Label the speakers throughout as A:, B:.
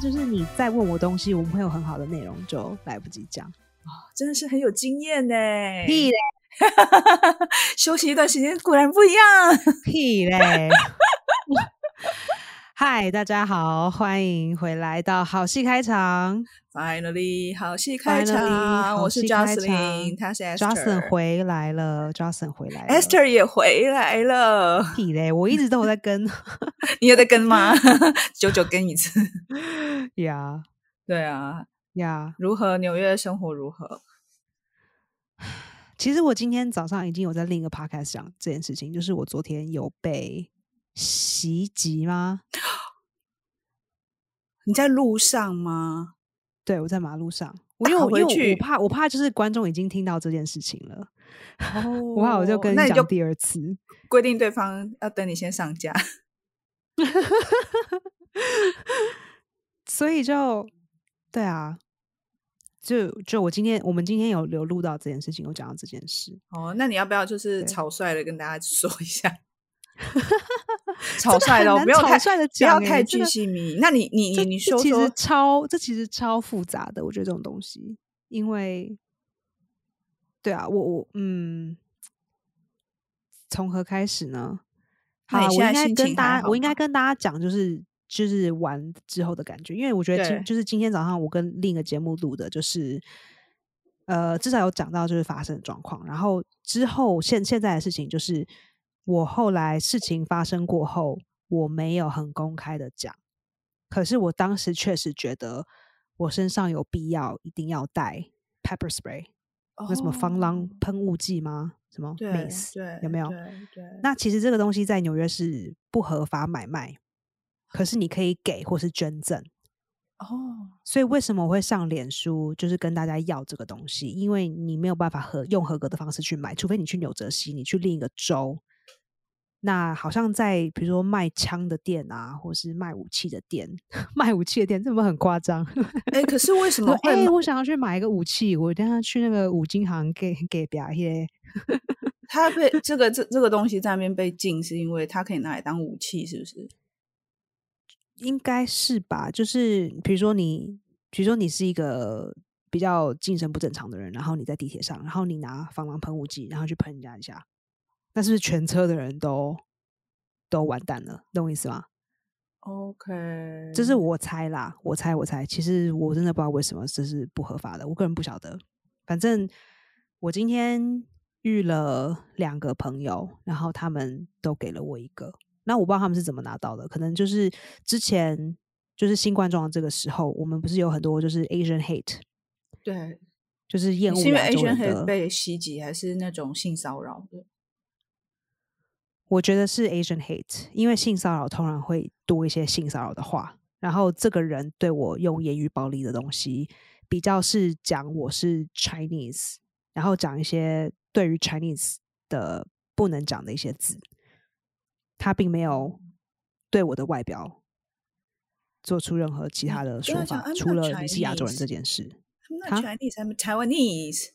A: 就是你再问我东西，我们会有很好的内容，就来不及讲。
B: 真的是很有经验呢、
A: 屁嘞
B: 休息一段时间果然不一 样。
A: 屁嘞！嗨，大家好，欢迎回来到好戏开场。
B: Finally，好戏开
A: Finally，
B: 场，
A: 好
B: 我是
A: 戏开场
B: Jocelyn，他是
A: Johnson
B: Esther，Esther
A: 回来了，Johnson 回来了。
B: 也回来了，
A: 屁嘞！我一直都有在跟
B: 你也在跟吗？ 久久跟一次。
A: 呀
B: 对啊，
A: 呀。
B: 如何？纽约生活如何？
A: 其实我今天早上已经有在另一个 podcast 讲这件事情，就是我昨天有被袭击吗？
B: 你在路上吗？
A: 对，我在马路上，我
B: 打
A: 因为我
B: 回
A: 因为我
B: 去
A: 我怕我怕就是观众已经听到这件事情了，
B: 哦，
A: 我怕我就跟
B: 那你
A: 讲
B: 就
A: 第二次。
B: 规定对方要等你先上架。
A: 所以就对啊，就就我今天我们今天有有录到这件事情，有讲到这件事，
B: 哦，那你要不要就是
A: 对
B: 草率的跟大家说一 下？
A: 真
B: 草
A: 的
B: 率
A: 很
B: 的，哦
A: 难
B: 不要
A: 草
B: 太
A: 率的
B: 不要
A: 讲欸，
B: 太
A: 这
B: 巨
A: 个
B: 细靡遗。那你你
A: 这
B: 你你
A: 这
B: 说
A: 其
B: 说
A: 实，超这其实超复杂的，我觉得这种东西，因为对啊，我我嗯，从何开始呢？好
B: 那你
A: 啊，我
B: 现
A: 应
B: 在
A: 该
B: 心
A: 跟
B: 情还
A: 大家，
B: 好
A: 我应该
B: 吗
A: 跟大家讲，就是就是玩之后的感觉，因为我觉得今
B: 对
A: 就是今天早上我跟另一个节目录的，就是呃，至少有讲到就是发生的状况，然后之后现现在的事情就是我后来事情发生过后，我没有很公开的讲，可是我当时确实觉得我身上有必要一定要带 pepper spray，那什么防狼
B: 哦
A: 喷雾剂吗？什么
B: 对
A: mace
B: 对
A: 有没有
B: 对对，
A: 那其实这个东西在纽约是不合法买卖，可是你可以给或是捐赠。
B: 哦，
A: 所以为什么我会上脸书，就是跟大家要这个东西？因为你没有办法合用合格的方式去买，除非你去纽泽西，你去另一个州。那好像在比如说卖枪的店啊，或是卖武器的店， 卖武器的店，这有没有很夸张？
B: 哎，可是为什
A: 说
B: 么
A: 哎、
B: 会买？
A: 我想要去买一个武器，我等一下去那个五金行给给表耶。
B: 它被这个这这个东西在那边被禁，是因为它可以拿来当武器，是不是？
A: 应该是吧？就是比如说你，比如说你是一个比较精神不正常的人，然后你在地铁上，然后你拿防狼喷雾剂，然后去喷人家一下，那是不是全车的人都都完蛋了？懂我意思吗？
B: OK，
A: 这是我猜啦，我猜我猜，其实我真的不知道为什么这是不合法的，我个人不晓得。反正我今天遇了两个朋友，然后他们都给了我一个，那我不知道他们是怎么拿到的，可能就是之前就是新冠状的这个时候，我们不是有很多就是 Asian hate，
B: 对，
A: 就是厌恶
B: 是因为
A: 亚洲
B: Asian
A: 人
B: hate
A: 的，
B: 被袭击，还是那种性骚扰的？
A: 我觉得是 Asian hate，因为性骚扰通常会多一些性骚扰的话，然后这个人对我用言语暴力的东西，比较是讲我是 Chinese，然后讲一些对于 Chinese 的不能讲的一些字，他并没有对我的外表做出任何其他的
B: 不要
A: 说
B: 讲
A: 法，
B: I'm
A: 除
B: not
A: 了你是亚洲人
B: Chinese
A: 这件事。
B: I'm not
A: 哈
B: Chinese, I'm Taiwanese。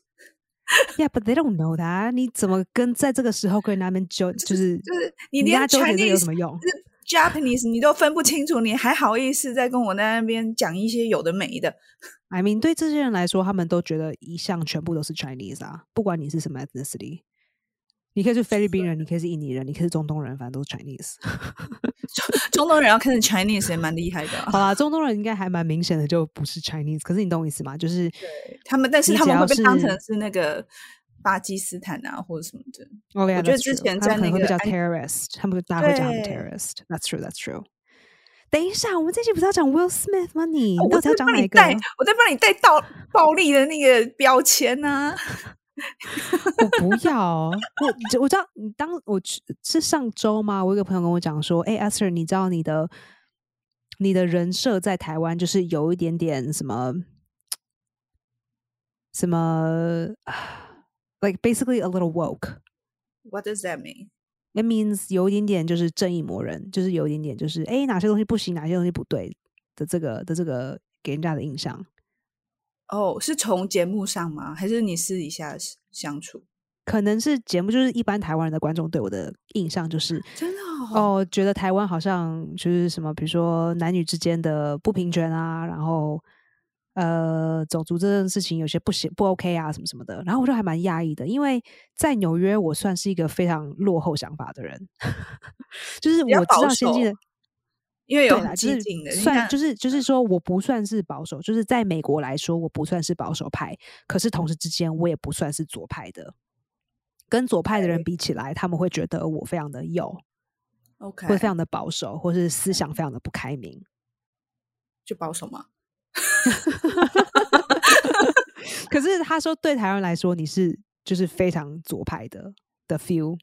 A: Yeah, but they don't know that。你怎么跟在这个时候跟他们纠，就是
B: 就是你
A: 跟
B: 连
A: 他纠结这个有
B: Chinese
A: 什么用？
B: Japanese 你都分不清楚，你还好意思在跟我在那边讲一些有的没的？
A: I mean，对这些人来说，他们都觉得一向全部都是 Chinese 啊，不管你是什么 ethnicity，你可以是菲律宾人，你可以是印尼人，你可以是中东人，反正都是 Chinese。
B: 中东人要看成 Chinese 也蛮厉害的啊、
A: 好啦，中东人应该还蛮明显的，就不是 Chinese。可是你懂我意思吗？就是
B: 他们，但是
A: 你
B: 他
A: 只
B: 们
A: 要
B: 会被当成
A: 是
B: 是那个巴基斯坦啊，或者什么的。
A: OK，
B: 我觉得之前在
A: 他们
B: 那
A: 可能会被
B: 个
A: 叫
B: 安
A: terrorist，他们大家会叫他们
B: 对
A: terrorist。That's true, that's true。等一下，我们这期不是要讲 Will Smith 吗？你你
B: 哦我
A: 到底
B: 在
A: 要讲
B: 帮
A: 哪
B: 你
A: 一个？
B: 带，我在帮你带到暴力的那个标签啊。
A: 我不要哦，我我知道你当我去是上周吗？我有一个朋友跟我讲说，哎、a s t e r 你知道你的你的人设在台湾就是有一点点什么什么啊，like basically a little woke。
B: What does that mean？
A: It means 有一点点就是正义魔人，就是有一点点就是哎、诶哪些东西不行，哪些东西不对的这个的这个给人家的印象。
B: 哦、是从节目上吗？还是你私底下相处？
A: 可能是节目，就是一般台湾人的观众对我的印象就是，
B: 真的哦，
A: 哦，觉得台湾好像就是什么，比如说男女之间的不平权啊，然后呃，种族这件事情有些不行不 OK 啊，什么什么的。然后我就还蛮讶异的，因为在纽约，我算是一个非常落后想法的人， 就是
B: 比较
A: 我知道
B: 保
A: 先进
B: 守
A: 的。
B: 因为有
A: 对啦，
B: 很
A: 就
B: 激
A: 是
B: 进的，你
A: 算
B: 看嗯
A: 就是就是说我不算是保守，就是在美国来说我不算是保守派，可是同时之间我也不算是左派的。跟左派的人
B: OK
A: 比起来，他们会觉得我非常的右，
B: OK，
A: 或者非常的保守，或是思
B: 嗯
A: 想非常的不开明。
B: 就保守嘛。
A: 可是他说，对台湾来说，你是就是非常左派的的 feel。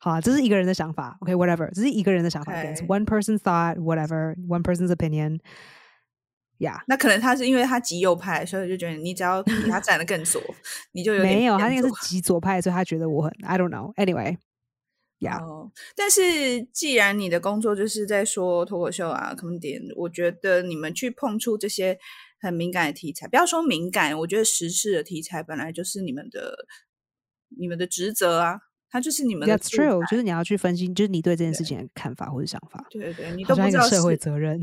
A: 好啊，这是一个人的想法，OK，whatever，、这是一个人的想法
B: OK
A: ，against one person's thought，whatever，one person's opinion，yeah。
B: 那可能他是因为他极右派，所以就觉得你只要比 他站得更左，你就有点
A: 没有，他
B: 偏
A: 那个
B: 左
A: 是极左派，所以他觉得我很 I don't know。Anyway，yeah，
B: 哦，但是既然你的工作就是在说脱口秀啊、comedy，我觉得你们去碰触这些很敏感的题材，不要说敏感，我觉得时事的题材本来就是你们的你们的职责啊，它就是你们的
A: that's
B: 素材
A: true，就是你要去分析，就是你对这件事情的看法或者想法，
B: 对对，你
A: 好
B: 都不
A: 像一
B: 知
A: 个
B: 道
A: 社会
B: 是
A: 责任。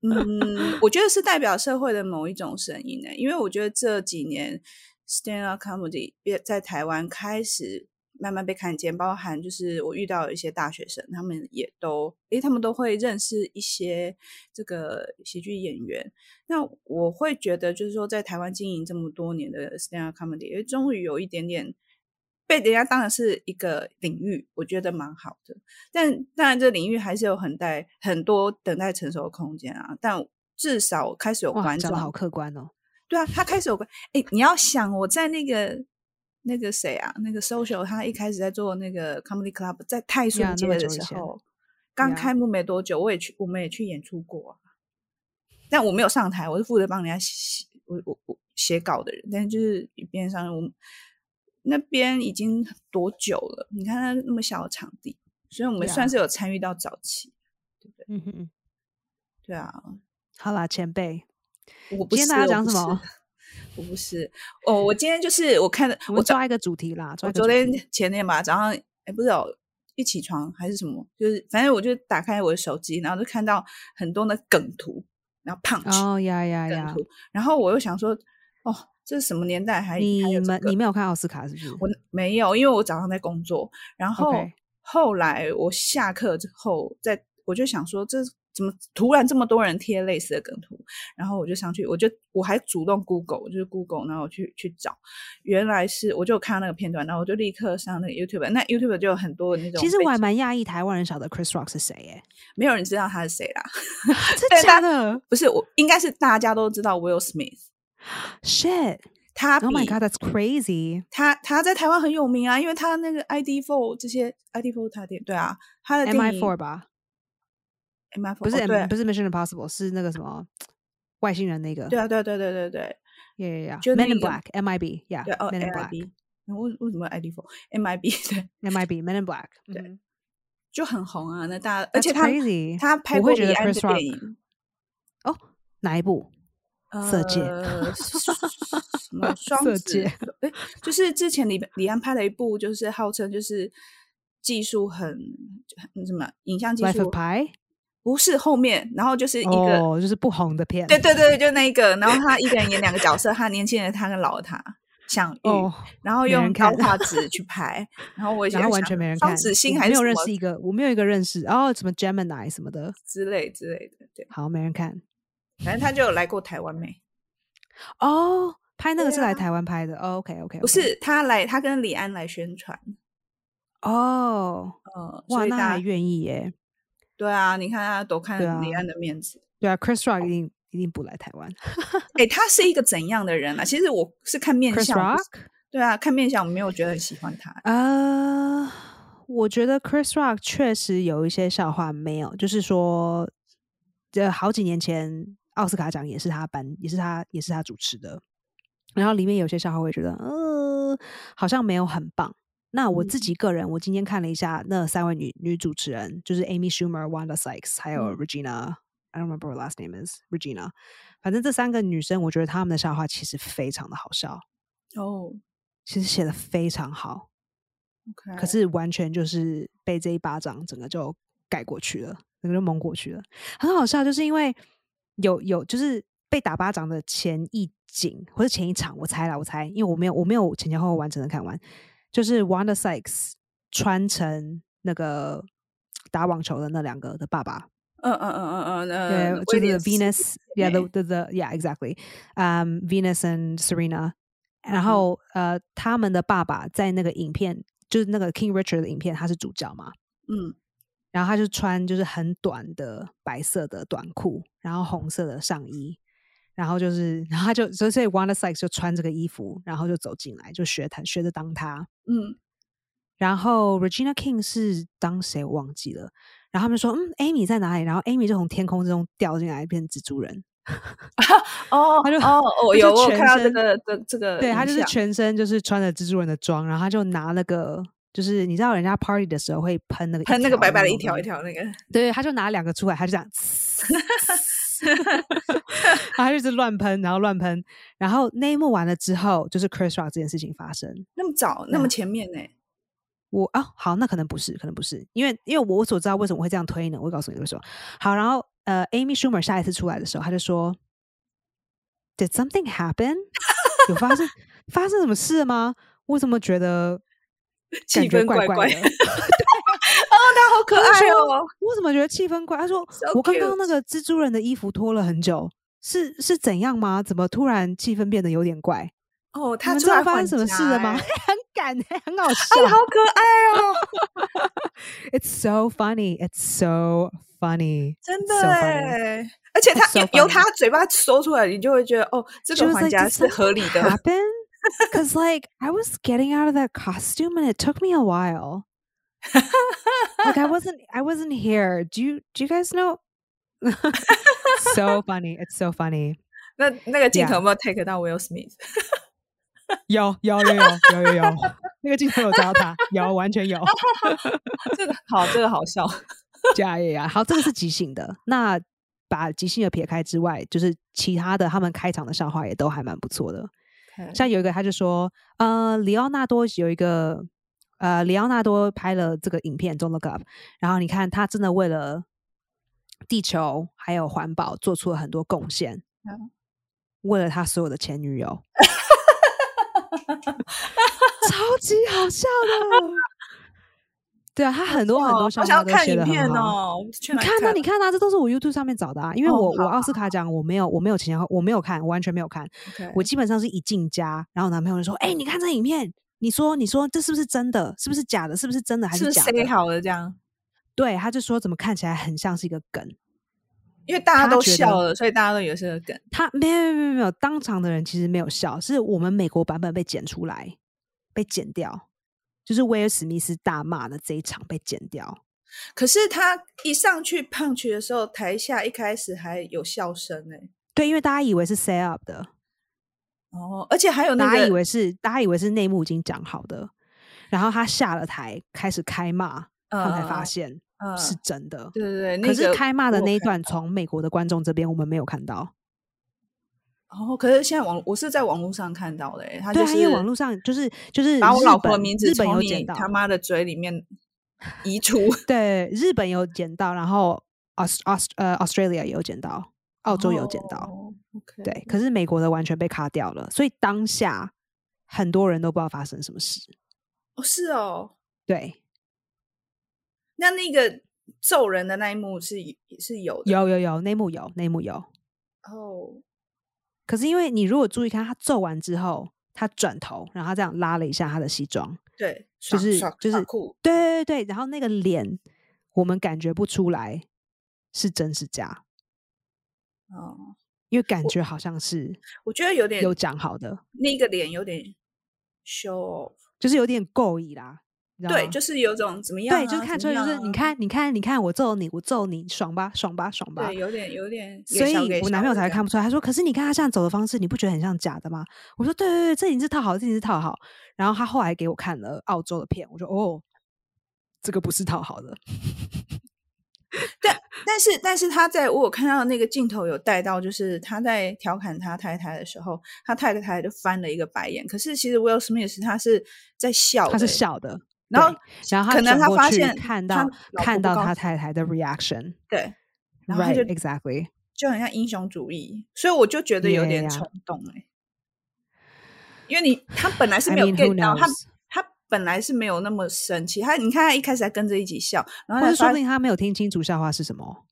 B: 嗯，我觉得是代表社会的某一种声音呢、因为我觉得这几年 stand up comedy 也在台湾开始慢慢被看见，包含就是我遇到有一些大学生，他们也都诶，他们都会认识一些这个喜剧演员。那我会觉得就是说，在台湾经营这么多年的 stand up comedy，诶终于有一点点。被人家当然是一个领域，我觉得蛮好的。但当然，这领域还是有很待很多等待成熟的空间啊。但至少开始有
A: 哇，
B: 观
A: 讲
B: 众
A: 的，好客观哦。
B: 对啊，他开始有观。哎，你要想我在那个那个谁啊，那个 social，他一开始在做那个 comedy club，在泰
A: 呀
B: 顺
A: 那
B: 街
A: 么
B: 的
A: 久以
B: 时
A: 前
B: 候，刚
A: 呀
B: 开幕没多久，我也去，我们也去演出过啊。但我没有上台，我是负责帮人家写，我我我写稿的人。但就是边上我那边已经多久了？你看它那么小的场地，所以我们
A: 呀
B: 算是有参与到早期。
A: 嗯哼，
B: 对啊，
A: 好啦，前辈，
B: 我不
A: 今
B: 是
A: 天大家
B: 我
A: 讲
B: 不
A: 什
B: 是
A: 么？
B: 我不是哦，我今天就是我看的，我
A: 我们
B: 早
A: 抓一个主题啦，抓
B: 我
A: 一个主
B: 昨天
A: 题
B: 前天吧，早上哎不是哦，一起床还是什么，就是反正我就打开我的手机，然后就看到很多的梗图，然后 punch、
A: 哦呀呀
B: 梗
A: 呀！
B: 图，然后我又想说，哦，这是什么年代还还
A: 你
B: 有这
A: 们
B: 个
A: 你没有看奥斯卡是不是？
B: 我没有，因为我早上在工作，然后
A: OK
B: 后来我下课之后在，我就想说，这怎么突然这么多人贴类似的梗图？然后我就上去，我就我还主动 Google，我就是 Google，然后我去去找，原来是我就有看到那个片段，然后我就立刻上那个 YouTube，那 YouTube 就有很多的那种被，
A: 其实我还蛮讶异，台湾人晓得 Chris Rock 是谁 耶？
B: 没有人知道他是谁啦，
A: 真
B: 但
A: 的
B: 大
A: 假的
B: 不是我，应该是大家都知道 Will Smith，
A: ？Shit！Oh
B: 他比、
A: Oh my god，that's crazy！
B: 他他在台湾很有名啊，因为他那个 ID Four 这些 ID Four 他的对啊，他的
A: M
B: 电
A: I
B: 影
A: Four 吧？
B: M I Four
A: 不是
B: 哦
A: M，
B: 对
A: 不是 Mission Impossible，是那个什么外星人那个。
B: 对啊，对啊对对对对
A: Yeah, yeah, yeah.
B: 就
A: Men
B: 那
A: in
B: 个
A: Black, MIB, yeah,
B: 对哦
A: Men in
B: ，MIB，为为什么 ID Four MIB 对
A: Black, MIB, Men in Black，
B: 对
A: 嗯哼
B: 就很红啊，那大家而且
A: That's
B: 他
A: crazy
B: 他拍
A: 我会
B: 过
A: 觉
B: 李
A: 得
B: 安
A: Chris
B: 的
A: Rock
B: 电影，
A: 哦，哪一部？色戒
B: 呃什么双
A: 色
B: 子
A: 戒
B: 座，哎，就是之前李李安拍了一部，就是号称就是技术很很什么影像技
A: Life of
B: 术
A: Pi，
B: 不是后面，然后就是一个。
A: 哦，就是不红的片，
B: 对对对，就那一个，然后他一个人演两个角色，他年轻人他跟老的他 相遇，
A: 哦，
B: 然后
A: 没
B: 用
A: 人
B: 高
A: 看
B: 画质去拍，然后我
A: 然后完全没人看，
B: 双子星
A: 我
B: 还
A: 没
B: 是
A: 有
B: 什
A: 认
B: 么
A: 识一个，我没有一个认识，哦，什么 Gemini 什么的，
B: 之类之类的，对，
A: 好，没人看。
B: 反正他就有来过台湾没？
A: 哦，拍那个
B: 对
A: 是来
B: 啊
A: 台湾拍的，OK，OK，
B: 不是他来，他跟李安来宣传，
A: 哦，
B: 呃，
A: 哇，
B: 所以
A: 那
B: 大
A: 还
B: 家
A: 愿意耶？
B: 对啊，你看他多看
A: 对
B: 李
A: 啊
B: 安的面子，
A: 对啊，Chris
B: 哦
A: Rock 一定一定不来台 湾
B: 哎、他是一个怎样的人啊？其实我是看面
A: ，Chris
B: 相，我不是
A: Rock。
B: 对啊，看面相我没有觉得很喜欢他，
A: 呃，我觉得 Chris Rock 确实有一些笑话没有，就是说，这好几年前奥斯卡奖也是他颁，也是他，也是他主持的。然后里面有些笑话，我也觉得，呃，好像没有很棒。那我自己个人，我今天看了一下那三位女女主持人，就是 Amy Schumer、Wanda Sykes 还有
B: 嗯
A: Regina。I don't remember her last name is Regina。反正这三个女生，我觉得她们的笑话其实非常的好笑。
B: 哦，
A: 其实写的非常好，
B: OK，
A: 可是完全就是被这一巴掌整个就盖过去了，整个就蒙过去了。很好笑，就是因为有有就是被打巴掌的前一景或者前一场，我猜啦，我猜，因为我没有我没有前前后后完整的看完，就是 Wanda Sykes 穿成那个打网球的那两个的爸爸，
B: 嗯嗯嗯嗯嗯，
A: 对
B: 呃，，
A: 就
B: 威廉
A: 是
B: 斯
A: Venus, yeah, the,
B: yeah.
A: the, the, yeah, exactly. Um, Venus and Serena. 然后呃，他们的爸爸在那个影片，就是那个 King Richard 的影片，他是主角嘛。
B: 嗯
A: 然后他就穿就是很短的白色的短裤，然后红色的上衣，然后就是，然后他就所以所以 Wanda Sykes 就穿这个衣服，然后就走进来，就学他学着当他。
B: 嗯
A: 然后 Regina King 是当谁我忘记了，然后他们说嗯，Amy 在哪里？然后 Amy 就从天空之中掉进来，变成蜘蛛人。
B: 哦
A: 他就
B: 哦
A: 他
B: 哦，
A: 就
B: 有我有
A: 全
B: 看到这
A: 身
B: 个这这个影像，
A: 对他就是全身就是穿着蜘蛛人的装，然后他就拿那个就是你知道人家 party 的时候会喷那个
B: 喷那个白白的一条
A: 条
B: 一条
A: 条，
B: 那个，
A: 对，他就拿两个出来，他 就这样，然后他就一直乱喷，然后乱喷，然后那一幕完了之后，就是 Chris Rock 这件事情发生，
B: 那么早那
A: 那
B: 么前面呢？
A: 我啊、好，那可能不是，可能不是，因为因为我所知道为什么会这样推呢？我会告诉你为什么。好，然后呃，Amy Schumer 下一次出来的时候，他就说，Did something happen？有发生发生什么事吗？我怎么觉得
B: 气
A: 感觉
B: 氛
A: 怪
B: 怪怪
A: 的？
B: 哦，他好可
A: 他
B: 爱
A: 说
B: 哦，
A: 我怎么觉得气氛怪？他说
B: So
A: 我刚刚那个蜘蛛人的衣服脱了很久，是是怎样吗？怎么突然气氛变得有点怪？
B: 哦，
A: 你
B: 他
A: 们
B: 出
A: 知道
B: 来
A: 发
B: 换
A: 生什么
B: 家
A: 事了吗？
B: 哎
A: 很敢、很好笑。
B: 哎，好 可爱哦，
A: It's so funny. It's so funny.
B: 真
A: So
B: 的
A: funny.
B: 哎。而且他
A: So
B: 由
A: funny.
B: 他嘴巴说出来，你就会觉得哦，这
A: She
B: 个
A: was
B: 还
A: like,
B: 家
A: "Did
B: 是合
A: something
B: 理的。
A: happen? Because like I was getting out of that costume and it took me a while. like I wasn't I wasn't here. Do you do you guys know? so funny. It's so funny.
B: 那那个镜
A: Yeah.
B: 头有没有 take 到 Will Smith？
A: 有有有有有有有， 那个镜头有找到他，有完全有。
B: 这个好，这个好 笑。
A: 呀呀呀！好，这个是即兴的。那把即兴的撇开之外，就是其他的他们开场的笑话也都还蛮不错的。像有一个他就说，呃，里奥纳多有一个，呃，里奥纳多拍了这个影片《Don't Look Up》，然后你看他真的为了地球还有环保做出了很多贡献，
B: 嗯
A: 为了他所有的前女 友，超级好笑的。对啊，他很多很多
B: 哦
A: 笑
B: 我想
A: 话
B: 要
A: 都
B: 看
A: 写
B: 影
A: 的
B: 片
A: 很好。
B: 哦，去
A: 你
B: 哪里
A: 看啊，你看啊，这都是我 YouTube 上面找的啊，因为
B: 哦
A: 我、我
B: 好
A: 奥斯卡奖我没有我没有前前后我没有看，我完全没有看，
B: OK
A: 我基本上是一进家，然后男朋友就说：“哎、你看这影片，你说你说这是不是真的？是不是假的？是不是真的还
B: 是不是
A: 假的
B: say 好的这样？？”
A: 对，他就说怎么看起来很像是一个梗。
B: 因为大家
A: 他
B: 都
A: 觉得
B: 笑了，所以大家都以为是个梗。
A: 他没有没有没有没有，当场的人其实没有笑，是我们美国版本被剪出来，被剪掉，就是威尔史密斯大骂的这一场被剪掉。
B: 可是他一上去胖去的时候，台下一开始还有笑声哎呢、
A: 对，因为大家以为是 set up 的，
B: 哦，而且还有那
A: 大家
B: 个
A: 以为是大家以为是内幕已经讲好的，然后他下了台开始开骂，他们才发
B: 嗯
A: 现
B: 嗯
A: 是真的。
B: 对对对，那
A: 可是
B: 个
A: 开骂的
B: 我
A: 那一
B: 看
A: 段，从美国的观众这边我们没有看到。
B: 哦，可是现在网我是在网络上看到的、欸，他
A: 对
B: 就
A: 啊，
B: 是
A: 因为网络上就是就是
B: 把我
A: 日
B: 老婆的
A: 本
B: 名字
A: 日本
B: 从
A: 有
B: 你
A: 捡到，
B: 他妈的嘴里面移除。
A: 对，日本有捡到，然后 Aus Aus 呃 Australia 也有捡到， 澳洲有捡到，
B: 哦，OK，
A: 对，可是美国的完全被卡掉了，所以当下很多人都不知道发生什么事。
B: 哦是哦，
A: 对，
B: 那那个揍人的那一幕是是有的
A: 有有有内幕有内幕有，
B: 哦，
A: 可是因为你如果注意看，他揍完之后，他转头，然后他这样拉了一下他的西装，
B: 对，
A: 就
B: 爽
A: 是
B: 爽
A: 就是
B: 爽酷，
A: 对对对，然后那个脸我们感觉不出来是真是假，
B: 哦，
A: 因为感觉好像是
B: 我觉得有点
A: 有讲好的，
B: 那个脸有点 show off，
A: 就是有点够意啦。你知道
B: 对，
A: 吗
B: 就是有种怎么样啊、
A: 啊对，就是看出
B: 怎么
A: 来，就是
B: 样
A: 你
B: 啊，
A: 看，你看，你看，我揍你，我揍你，爽吧，爽吧，爽吧
B: 对，。有点有点给
A: 所
B: 小给
A: 以我男
B: 小
A: 朋友
B: 的
A: 才
B: 这
A: 看
B: 样
A: 不出来，他说：“可是你看他这样走的方式，你不觉得很像假的吗？”我说：“对对对，这已经是套好，这已经是套好。”然后他后来给我看了澳洲的片，我说：“哦，这个不是套好的。”
B: 但是，但是他在我有看到那个镜头有带到，就是他在调侃他太太的时候，他太太就翻了一个白眼。可是其实 Will Smith 他是在笑的，
A: 他是笑的，
B: 然后
A: 对然后
B: 可能
A: 转
B: 他
A: 过
B: 发
A: 去
B: 现
A: 看
B: 他
A: 到
B: 老
A: 看
B: 婆
A: 到
B: 不高
A: 他
B: 兴
A: 太太的 reaction，
B: 对，然后他
A: right,
B: 就
A: exactly，
B: 就很像英雄主义，所以我就觉得有点
A: Yeah.
B: 冲动哎、因为你他本来是
A: I
B: 没有
A: mean, who
B: get 到，他
A: knows?
B: 他本来是没有那么生气，他你看他一开始还跟着一起笑，然后
A: 或
B: 他
A: 者说
B: 发
A: 不定他没有听清楚笑话是什么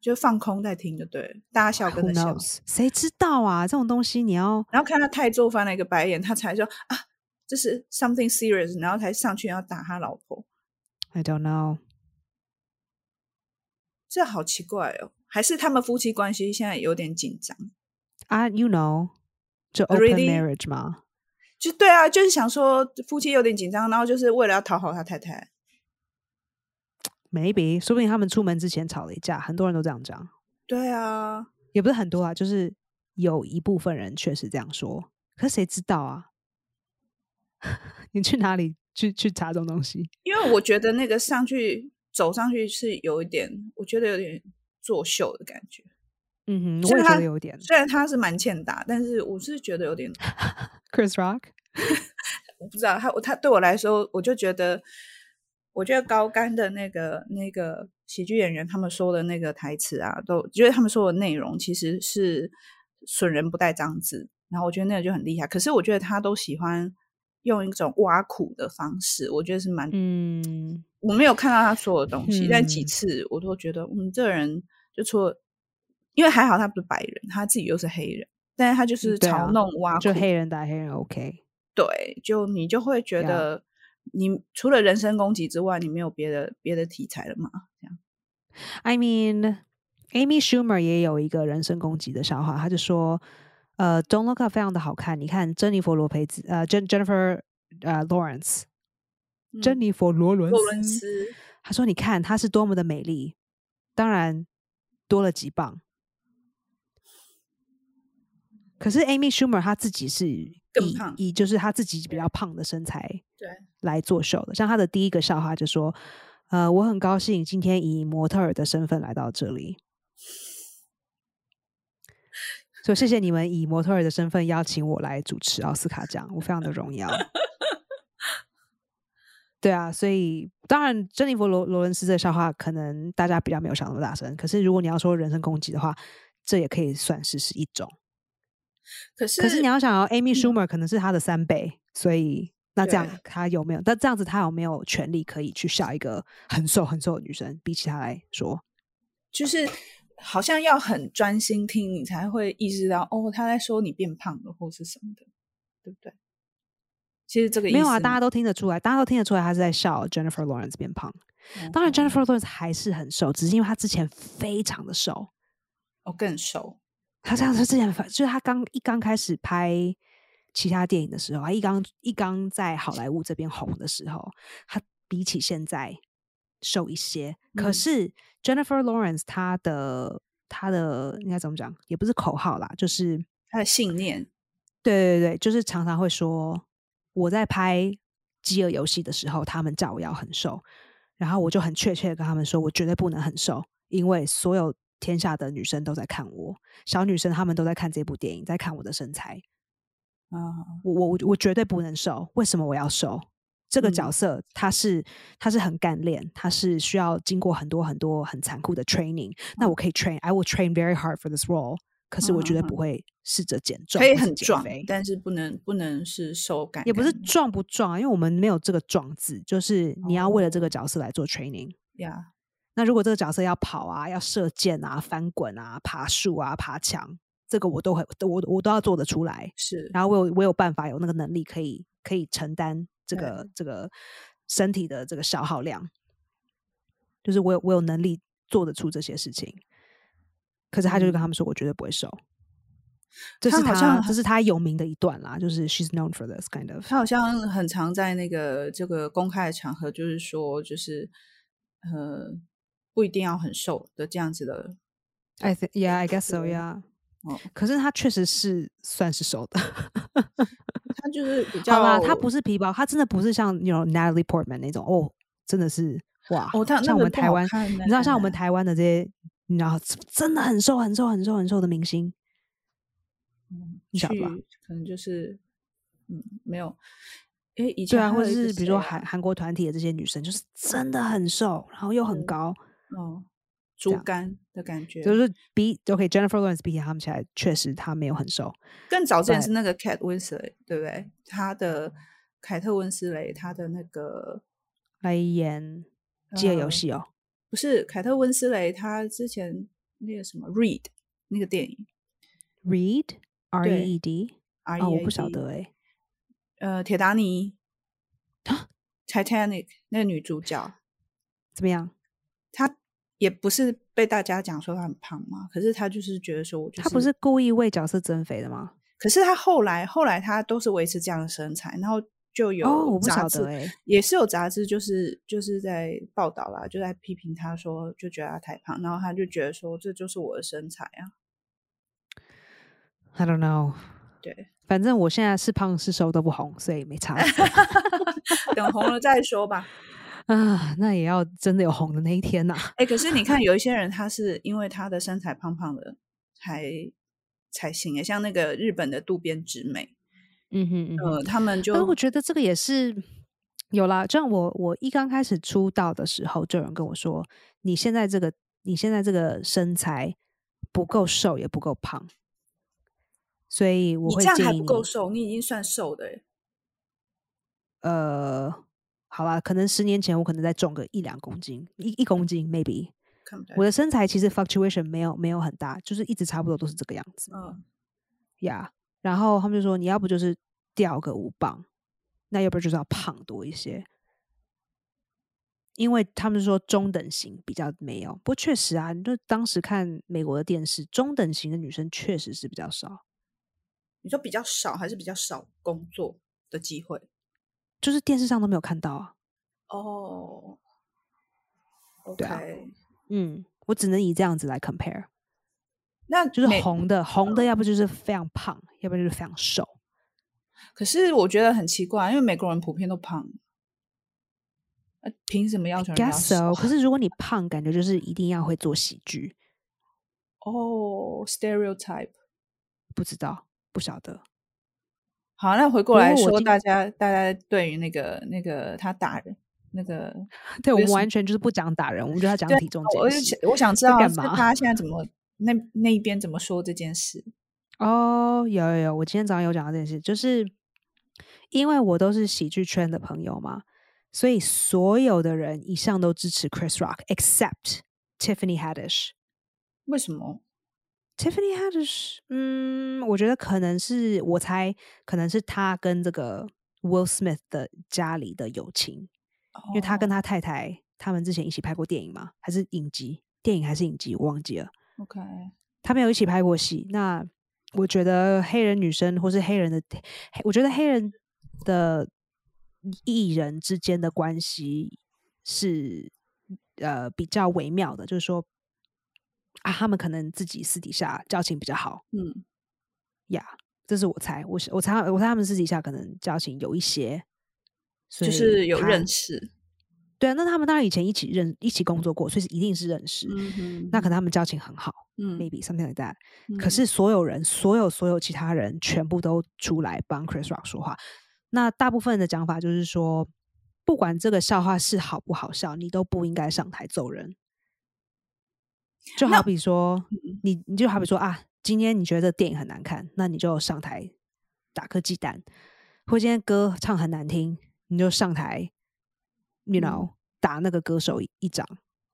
B: 就放空在听就对了，大家笑跟着
A: ，Who
B: 笑，
A: knows？谁知道啊？这种东西你要
B: 然后看他太做翻了一个白眼，他才说啊，这是 something serious，然后才上去要打他老婆，
A: I don't know，
B: 这好奇怪哦，还是他们夫妻关系现在有点紧张。
A: 啊，you know，就 open
B: Really？
A: marriage 嘛。
B: 就对啊，就是想说夫妻有点紧张，然后就是为了要讨好他太太，
A: Maybe，说不定他们出门之前吵了一架，很多人都这样讲，
B: 对啊，
A: 也不是很多啊，就是有一部分人确实这样说。可是谁知道啊？ 你去哪里去去查这种东西？
B: 因为我觉得那个上去走上去是有一点，我觉得有点作秀的感觉。
A: 嗯哼，
B: 所
A: 我
B: 以
A: 也觉
B: 他
A: 得有一点。
B: 虽然他是蛮欠打，但是我是觉得有点，
A: Chris Rock，
B: 我不知道他他对我来说，我就觉得，我觉得高干的那个那个喜剧演员他们说的那个台词啊，都觉得他们说的内容其实是损人不带脏字，然后我觉得那个就很厉害。可是我觉得他都喜欢用一种挖苦的方式，我觉得是蛮
A: 嗯，
B: 我没有看到他所有东西，但几
A: 嗯
B: 次我都觉得，嗯，这个人就除了，因为还好他不是白人，他自己又是黑人，但是他就是
A: 对啊
B: 嘲弄挖苦，
A: 就黑人打黑人 OK。
B: 对，就你就会觉
A: Yeah
B: 得，你除了人身攻击之外，你没有别的别的题材了吗？
A: I mean, Amy Schumer 也有一个人身攻击的笑话，他就说，呃，Don't Look Up 非常的好看，你看珍妮佛罗培兹，呃，Jen Jennifer 呃 Lawrence，
B: 嗯
A: 珍妮佛罗伦
B: 洛伦
A: 斯，
B: 斯，
A: 他说你看她是多么的美丽，当然多了几磅。可是 Amy Schumer 她自己是以
B: 更胖
A: 以就是她自己比较胖的身材
B: 对
A: 来作秀的。像她的第一个笑话就说：“呃，我很高兴今天以模特儿的身份来到这里，所以谢谢你们以模特儿的身份邀请我来主持奥斯卡奖，我非常的荣耀。”对啊，所以当然，珍妮佛罗罗伦斯这个笑话可能大家比较没有想那么大声，可是如果你要说人身攻击的话，这也可以算是是一种。
B: 可是嗯
A: 可是你要想哦，Amy Schumer 可能是她的三倍，所以那这样
B: 对
A: 她有没有？但这样子她有没有权利可以去笑一个很瘦很瘦的女生？比起她来说，
B: 就是好像要很专心听，你才会意识到，哦，他在说你变胖了或是什么的，对不对？其实这个
A: 没有
B: 意
A: 啊，
B: 思
A: 大
B: 吗
A: 家都听得出来，大家都听得出来她是在笑 Jennifer Lawrence 变胖。当
B: 哦
A: 然，Jennifer Lawrence 还是很瘦，只是因为她之前非常的瘦。
B: 哦更瘦，
A: 她这样子之前反，就是她刚一刚开始拍其他电影的时候，她一刚一刚在好莱坞这边红的时候，她比起现在瘦一些。可
B: 嗯
A: 是 Jennifer Lawrence 她的她的应该怎么讲，也不是口号啦，就是
B: 他的信念，
A: 对对对，就是常常会说我在拍《饥饿游戏》的时候，他们叫我要很瘦，然后我就很确切的跟他们说，我绝对不能很瘦，因为所有天下的女生都在看我，小女生她们都在看这部电影，在看我的身材，
B: 啊，
A: 我我我我绝对不能瘦，为什么我要瘦？这个角
B: 嗯
A: 色他是他是很干练，他是需要经过很多很多很残酷的 training。那
B: 嗯
A: 我可以 train，I will train very hard for this role。可是我绝对不会试着减
B: 嗯
A: 重，
B: 可以
A: 或是
B: 很
A: 减
B: 壮
A: 肥，
B: 但是不能不能是瘦感，
A: 也不是壮不壮啊，因为我们没有这个“壮”字，就是你要为了
B: 哦
A: 这个角色来做 training。
B: 呀。
A: 那如果这个角色要跑啊、要射箭啊、翻滚啊、爬树啊、爬墙，这个我都会，我我都要做得出来。
B: 是，
A: 然后我有我有办法，有那个能力可以可以承担这
B: 对
A: 个这个身体的这个消耗量，就是我有我有能力做得出这些事情。可是他就是跟他们说，我绝对不会瘦。这
B: 嗯他
A: 是
B: 好
A: 他，
B: 像
A: 这是他有名的一段啦，就是 she's known for this kind of。
B: 他好像很常在那个这个公开的场合，就是说，就是呃，不一定要很瘦的这样子的
A: I think, yeah, I guess so,
B: 对
A: yeah.
B: 哦，
A: 可是他确实是算是瘦的，
B: 他就是比较
A: 好啦，他不是皮包，他真的不是像那种 Natalie Portman 那种哦，真的是哇，
B: 哦，他那
A: 像我
B: 个
A: 们
B: 不
A: 台
B: 好
A: 湾，
B: 看嗯
A: 你知道像我们
B: 呢
A: 台湾的这些，你知道真的很瘦很瘦很瘦很瘦的明星，你晓得
B: 去
A: 吧
B: 可能就是嗯没有，哎，以前
A: 对啊，
B: 还
A: 或者
B: 有一个
A: 是比如说
B: 谁啊
A: 韩韩国团体的这些女生，就是真的很瘦，然后又很
B: 嗯
A: 高，
B: 哦猪肝的感觉，
A: 就是比 OK Jennifer Lawrence 比起他们起来，确实她没有很瘦，
B: 更早之前
A: 对
B: 是那个 Cat Winslet，对不对？他的凯特温斯雷，他的那个
A: 来演《饥饿游
B: 呃
A: 戏》哦，
B: 不是凯特温斯雷，他之前那个什么 Read 那个电影
A: 《Read》R
B: 对
A: E E D
B: 啊
A: 啊、我不晓得哎、
B: 呃，铁达尼
A: 啊
B: Titanic 那个女主角，
A: 怎么样？
B: 她也不是被大家讲说她很胖嘛，可是她就是觉得说我就
A: 她不是故意为角色增肥的吗？
B: 可是他后来后来他都是维持这样的身材，然后就有
A: 哦，我不
B: 杂
A: 晓
B: 志
A: 得 哎、
B: 也是有杂志就是就是在报道啦，就在批评他说就觉得他太胖，然后他就觉得说这就是我的身材啊，
A: I don't know。
B: 对，
A: 反正我现在是胖是瘦都不红，所以 没差
B: 等红了再说吧。
A: 啊。那也要真的有红的那一天呐、
B: 哎、可是你看有一些人他是因为他的身材胖胖的才才行耶，像那个日本的渡边直美，
A: 嗯哼嗯哼
B: 呃，他们就
A: 但我觉得这个也是有啦。就像我我一刚开始出道的时候，就有人跟我说：“你现在这个你现在这个身材不够瘦，也不够胖。”所以我
B: 你
A: 会
B: 这样
A: 建
B: 还
A: 议
B: 不
A: 你，
B: 够瘦，你已经算瘦的欸耶，
A: 呃，好啦，可能十年前我可能再重个一两公斤，一一公
B: 嗯
A: 斤 maybe。
B: 看不到
A: 我。的身材其实 fluctuation 没有没有很大，就是一直差不多都是这个样子
B: 嗯，
A: 呀。然后他们就说，你要不就是掉个五磅，那要不然就是要胖多一些，因为他们说中等型比较没有。不过确实啊，你就当时看美国的电视，中等型的女生确实是比较少，
B: 你说比较少还是比较少工作的机会？
A: 就是电视上都没有看到啊。
B: 哦，OK，
A: 对啊嗯，我只能以这样子来 compare。
B: 那
A: 就是
B: 美。嗯
A: 红的，红的要不就是非常胖，要不然就是非常瘦。
B: 可是我觉得很奇怪，因为美国人普遍都胖，呃，凭什么要求人
A: I
B: 家
A: guess
B: 瘦
A: so。？可是如果你胖，感觉就是一定要会做喜剧，
B: 哦，stereotype。
A: 不知道，不晓得。
B: 好，那回
A: 不
B: 过来
A: 过我
B: 说，
A: 今
B: 大家大家对于那个那个他打人那个，
A: 对我
B: 有
A: 们
B: 什
A: 完全就是不讲打人，我们就要讲
B: 对啊
A: 体重
B: 我
A: 哦这
B: 就
A: 件
B: 想
A: 事。
B: 我想知
A: 在
B: 道
A: 干
B: 是
A: 嘛
B: 大家现在怎么那那一边怎么说这件事？
A: 哦，有有有，我今天早上有讲到这件事，就是因为我都是喜剧圈的朋友嘛，所以所有的人一向都支持 Chris Rock，except Tiffany Haddish。
B: 为什么？
A: Tiffany Haddish，嗯，我觉得可能是我猜，可能是他跟这个 Will Smith 的家里的友情，因为他跟
B: 哦
A: 他太太他们之前一起拍过电影嘛，还是影集，电影还是影集，我忘记了，
B: OK 嗯
A: 他们有一起拍过戏。那我觉得黑人女生或是黑人的，黑我觉得黑人的艺人之间的关系是呃比较微妙的，就是说啊，他们可能自己私底下交情比较好。
B: 嗯
A: 呀这是我猜，我是我猜他我猜他们私底下可能交情有一些，所以
B: 就是有
A: 他
B: 认识，
A: 对啊，那他们当然以前一起认一起工作过，所以是一定是认识。
B: 嗯哼，
A: 那可能他们交情很好
B: 嗯，
A: ，maybe something like that、
B: 嗯
A: 可是所有人，所有所有其他人全部都出来帮 Chris Rock 说话。那大部分的讲法就是说，不管这个笑话是好不好笑，你都不应该上台揍人。就
B: 那
A: 好比说，
B: 嗯
A: 你你就好比说啊，今天你觉得电影很难看，那你就上台打颗鸡蛋；或今天歌唱很难听，你就上台，you
B: 嗯
A: know，、打那个歌手一一掌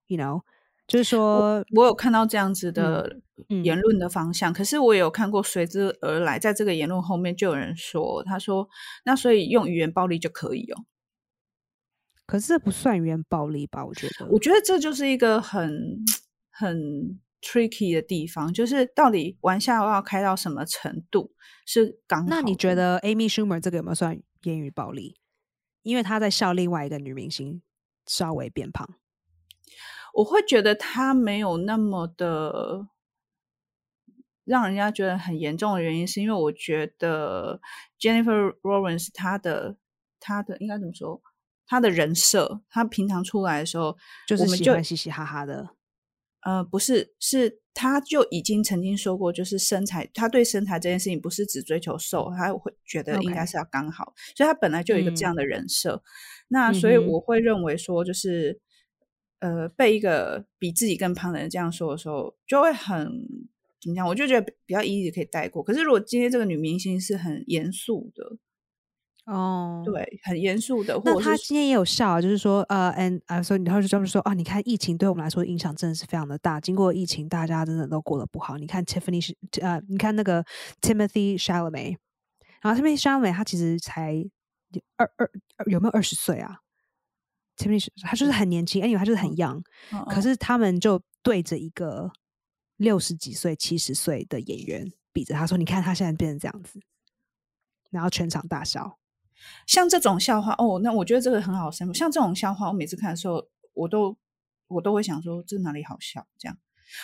A: ，you know，就是说，
B: 我有看到这样子的
A: 嗯
B: 言论的方向，可是我也有看过随之而来，在这个言论后面就有人说，他说那所以用语言暴力就可以哦。
A: 可是这不算语言暴力吧？我觉得，
B: 我觉得这就是一个很很 tricky 的地方，就是到底玩笑要开到什么程度是刚好的。
A: 那你觉得 Amy Schumer 这个有没有算言语暴力？因为她在笑另外一个女明星稍微变胖，
B: 我会觉得他没有那么的让人家觉得很严重的原因，是因为我觉得 Jennifer Lawrence 她的她的应该怎么说？他的人设，他平常出来的时候，
A: 就是
B: 我们
A: 喜
B: 就
A: 欢嘻嘻哈哈的。
B: 呃，不是，是他就已经曾经说过，就是身材，他对身材这件事情不是只追求瘦，他会觉得应该
A: OK 嗯
B: 是要刚好所以他本来就有一个这样的人设。那所以
A: 嗯哼
B: 我会认为说，就是、呃，被一个比自己更胖的人这样说的时候，就会很怎么讲？我就觉得比较 easy 可以带过。可是如果今天这个女明星是很严肃的，
A: 哦，。
B: 对，很严肃的，或
A: 那
B: 者
A: 他
B: 是
A: 今天也有笑啊，就是说，呃，and 啊，所以然后就专门说，啊，你看疫情对我们来说影响真的是非常的大。经过疫情，大家真的都过得不好。你看 Tiffany 是呃，你看那个 Timothy Chalamet，然后 Timothy Chalamet 他其实才二二二有没有二十岁啊？Timothy 他就是很年轻，哎，他就是很 young，
B: 嗯嗯
A: 可是他们就对着一个六十几岁、七十岁的演员比着他说：“你看他现在变成这样子。”然后全场大笑。
B: 像这种笑话哦，那我觉得这个很好深入。像这种笑话，我每次看的时候，我都我都会想说，这哪里好笑？这样，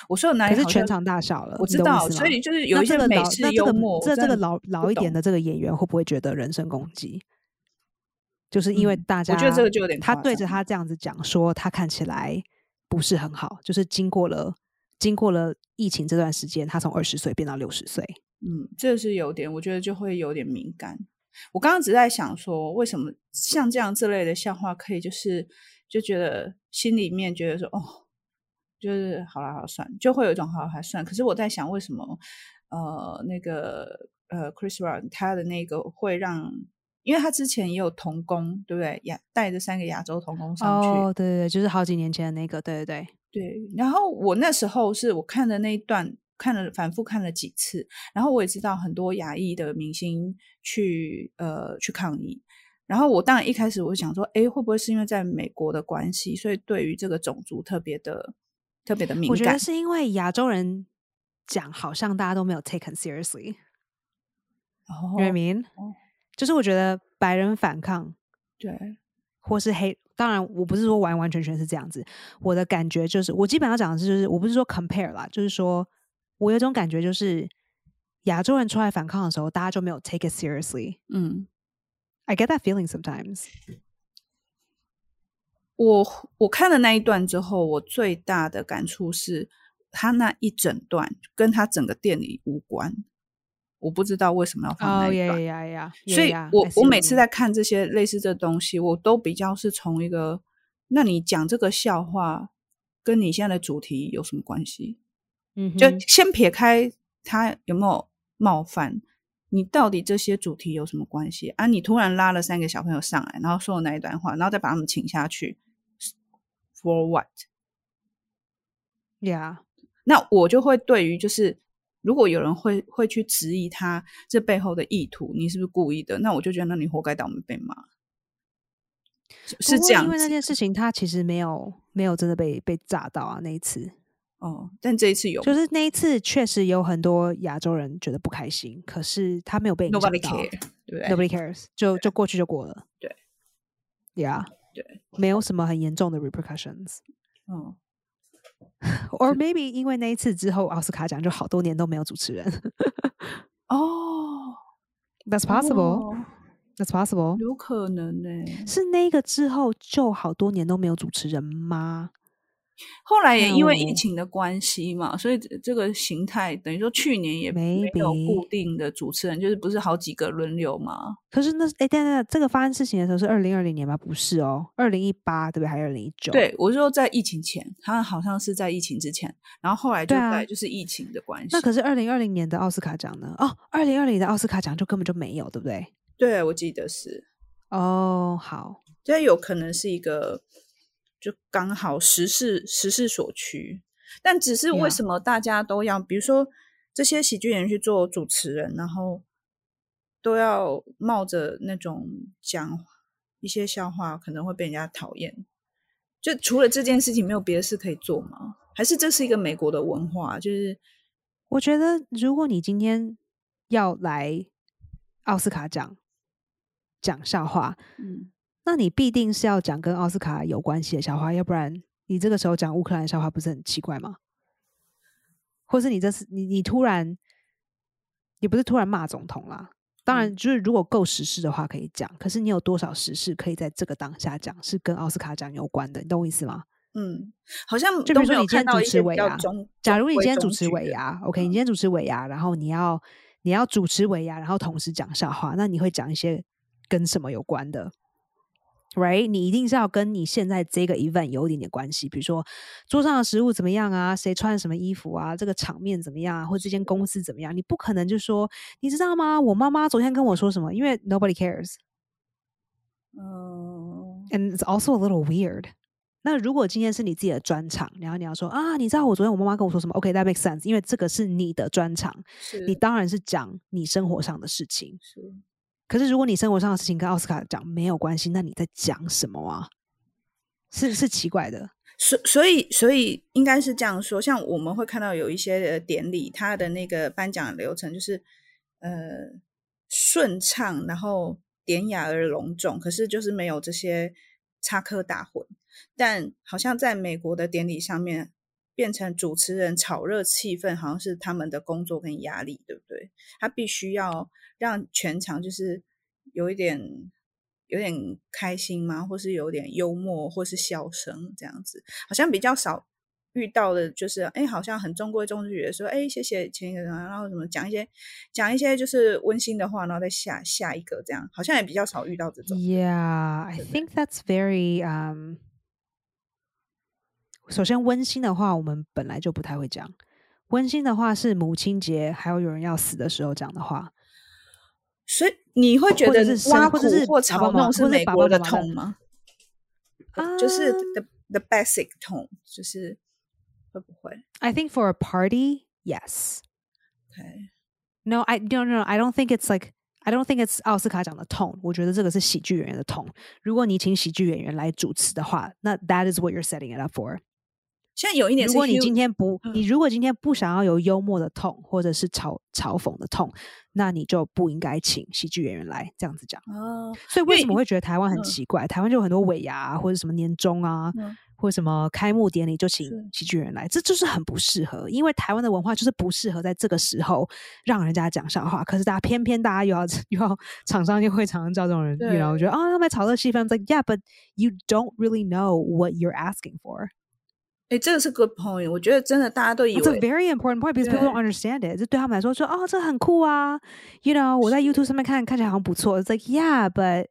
B: 我说的哪
A: 可
B: 里
A: 是
B: 好
A: 全
B: 笑
A: 场大笑了
B: 我
A: 你
B: 知
A: 懂我意
B: 道，
A: 思
B: 所
A: 吗
B: 以就是有
A: 那
B: 一
A: 这
B: 些
A: 个
B: 美
A: 老
B: 式
A: 那这
B: 幽
A: 个
B: 默，
A: 这
B: 我
A: 这
B: 真
A: 个
B: 的
A: 老老
B: 不
A: 一点
B: 懂
A: 的这个演员会不会觉得人身攻击？就是因为
B: 嗯
A: 大
B: 我
A: 家，
B: 觉得这个就有点
A: 他
B: 夸
A: 对着
B: 张
A: 他这样子讲说，他看起来不是很好，就是经过了经过了疫情这段时间，他从二十岁变到六十岁。
B: 嗯，这是有点，我觉得就会有点敏感。我刚刚只在想说，为什么像这样这类的笑话可以，就是就觉得心里面觉得说，哦，就是好啦，好啦算了，就会有一种好啦还算。可是我在想，为什么呃那个呃 Chris Rock 他的那个会让，因为他之前也有童工，对不对？亚带着三个亚洲童工上去，
A: 哦，对对对，就是好几年前的那个，对对对。
B: 对，然后我那时候是我看的那一段，看了反复看了几次，然后我也知道很多亚裔的明星去呃去抗议，然后我当然一开始我就想说，诶，会不会是因为在美国的关系，所以对于这个种族特别的特别的敏
A: 我觉
B: 感
A: 得？是因为亚洲人讲，好像大家都没有 take 很 seriously。
B: 哦
A: You know what I mean？、
B: 哦
A: 就是我觉得白人反抗
B: 对，
A: 或是黑，当然我不是说完完全全是这样子，我的感觉就是，我基本上讲的是，就是我不是说 compare 啦，就是说我有一种感觉就是亚洲人出来反抗的时候，大家就没有 take it seriously。
B: 嗯，
A: I get that feeling sometimes。
B: 我我看了那一段之后，我最大的感触是，他那一整段跟他整个店里无关，我不知道为什么要 放那
A: 哦
B: 一段。
A: 呀呀呀！
B: 所以
A: yeah, yeah,
B: 我
A: I see
B: 我
A: what
B: 每
A: you
B: 次
A: mean
B: 在看这些类似的东西，我都比较是从一个，那你讲这个笑话跟你现在的主题有什么关系？
A: 嗯
B: 就
A: 哼
B: 先撇开他有没有冒犯，你到底这些主题有什么关系啊？你突然拉了三个小朋友上来，然后说了那一段话，然后再把他们请下去，for what？
A: yeah，
B: 那我就会对于就是，如果有人会会去质疑他这背后的意图，你是不是故意的？那我就觉得，那你活该倒霉被骂，是
A: 不
B: 是
A: 过
B: 这样
A: 因为那
B: 子
A: 件事情，他其实没有没有真的被被炸到啊，那一次。
B: 哦。但这一次有
A: 就是那一次，确实有很多亚洲人觉得不开心，可是他没有被影响
B: nobody
A: 到
B: care，对不对？
A: Nobody cares，就就过去就过了。
B: 对
A: ，Yeah，
B: 对，
A: 没有什么很严重的 repercussions。
B: 嗯，
A: Or maybe 因为那一次之后，奥斯卡奖就好多年都没有主持人。
B: 哦
A: That's possible.、
B: 哦
A: That's possible.
B: 有可能呢、
A: 是那个之后就好多年都没有主持人吗？
B: 后来也因为疫
A: 哦
B: 情的关系嘛，所以这这个形态等于说去年也没有
A: Maybe
B: 固定的主持人，就是不是好几个轮流嘛？
A: 可是那哎，等一下等一下，这个发生事情的时候是二零二零年吗？不是哦，二零一八对不对？还是二零一九？
B: 对，我说在疫情前，他好像是在疫情之前，然后后来就
A: 对啊
B: 在就是疫情的关系。
A: 那可是二零二零年的奥斯卡奖呢？哦，二零二零的奥斯卡奖就根本就没有，对不对？
B: 对，我记得是，
A: 哦、好，
B: 这有可能是一个就刚好时事时事所趋，但只是为
A: Yeah
B: 什么大家都要，比如说这些喜剧演员去做主持人，然后都要冒着那种讲一些笑话可能会被人家讨厌，就除了这件事情，没有别的事可以做吗？还是这是一个美国的文化，就是
A: 我觉得如果你今天要来奥斯卡奖讲笑话，
B: 嗯，
A: 那你必定是要讲跟奥斯卡有关系的笑话，要不然你这个时候讲乌克兰的笑话不是很奇怪吗？或是你这次你你突然也不是突然骂总统啦，当然，
B: 嗯
A: 就是如果够时事的话可以讲，可是你有多少时事可以在这个当下讲，是跟奥斯卡奖有关的，你懂我意思吗？
B: 嗯，好像
A: 就
B: 都
A: 比如说
B: 没有
A: 你今
B: 看
A: 天
B: 到一
A: 主持啊
B: 些
A: 尾
B: 比较
A: 牙
B: 中，
A: 假
B: 中
A: 如你
B: 规
A: 今天主
B: 中
A: 持
B: 矩
A: 尾
B: 的
A: 牙，OK，
B: 嗯
A: 你今天主持尾牙，然后你要你要主持尾牙，然后同时讲笑话，那你会讲一些跟什么有关的？Right，你一定是要跟你现在这个 event 有一点点关系，比如说桌上的食物怎么样啊，谁穿什么衣服啊，这个场面怎么样啊，或这间公司怎么样？你不可能就说你知道吗？我妈妈昨天跟我说什么，因为 nobody cares。
B: 嗯
A: And it's also a little weird. 那如果今天是你自己的专场，然后你要说啊，你知道我昨天我妈妈跟我说什么？OK，that、makes sense，因为这个是你的专场，
B: 是
A: 你当然是讲你生活上的事情。
B: 是
A: 可是如果你生活上的事情跟奥斯卡讲没有关系，那你在讲什么啊？是是奇怪的，
B: 所所以所以应该是这样说，像我们会看到有一些的典礼，它的那个颁奖流程就是呃顺畅，然后典雅而隆重，可是就是没有这些插科打诨。但好像在美国的典礼上面，变成主持人炒热气氛，好像是他们的工作跟压力，对不对？他必须要让全场就是有一点。有点开心吗？或是有点幽默，或是笑声这样子，好像比较少遇到的，就是哎，好像很中规中矩的说，哎，谢谢前一个人啊，然后什么讲一些讲一些就是温馨的话，然后再下下一个这样，好像也比较少遇到这种。
A: Yeah, I think that's very um. 首先，温馨的话，我们本来就不太会讲。温馨的话是母亲节，还有有人要死的时候讲的话。
B: 所以你会觉
A: 或者
B: 得
A: 是
B: 挖
A: 生或
B: 苦
A: 者是
B: 或
A: 爸爸
B: 嘲
A: 妈妈
B: 弄是
A: 或者
B: 美
A: 爸
B: 国的
A: 爸妈妈的
B: 痛吗？就是
A: Um,
B: the the basic tone，就是会不会
A: I think for a party, yes.
B: ？OK，
A: No, I no no. no, I don't think it's like I don't think it's 奥斯卡奖的 tone。我觉得这个是喜剧演员的 tone。如果你请喜剧演员来主持的话，那 that is what you're setting it up for。
B: 现在有一点
A: 如
B: 是
A: 果你
B: hu-
A: 今天不，
B: 嗯
A: 你如果今天不想要有幽默的痛，或者是嘲嘲讽的痛，那你就不应该请喜剧演员来这样子讲。
B: 哦，
A: 所以为什么
B: 因为
A: 会觉得台湾很
B: 嗯
A: 奇怪？台湾就有很多尾牙、啊、或者什么年终啊，
B: 嗯
A: 或者什么开幕典礼就请
B: 是
A: 喜剧人来，这就是很不适合，因为台湾的文化就是不适合在这个时候让人家讲笑话。可是大家偏偏大家又要 又要厂商就会常常叫这种人，然后觉得啊他们在炒热气氛，like yeah，but you don't really know what you're asking for。
B: 哎，这个是 good point，我觉得真的大家都以
A: It's a
B: 为
A: very important point because people don't understand it。这对他们来说，说哦，这很酷啊，you know，我在 YouTube 上面看看起来好像不错。It's like yeah，but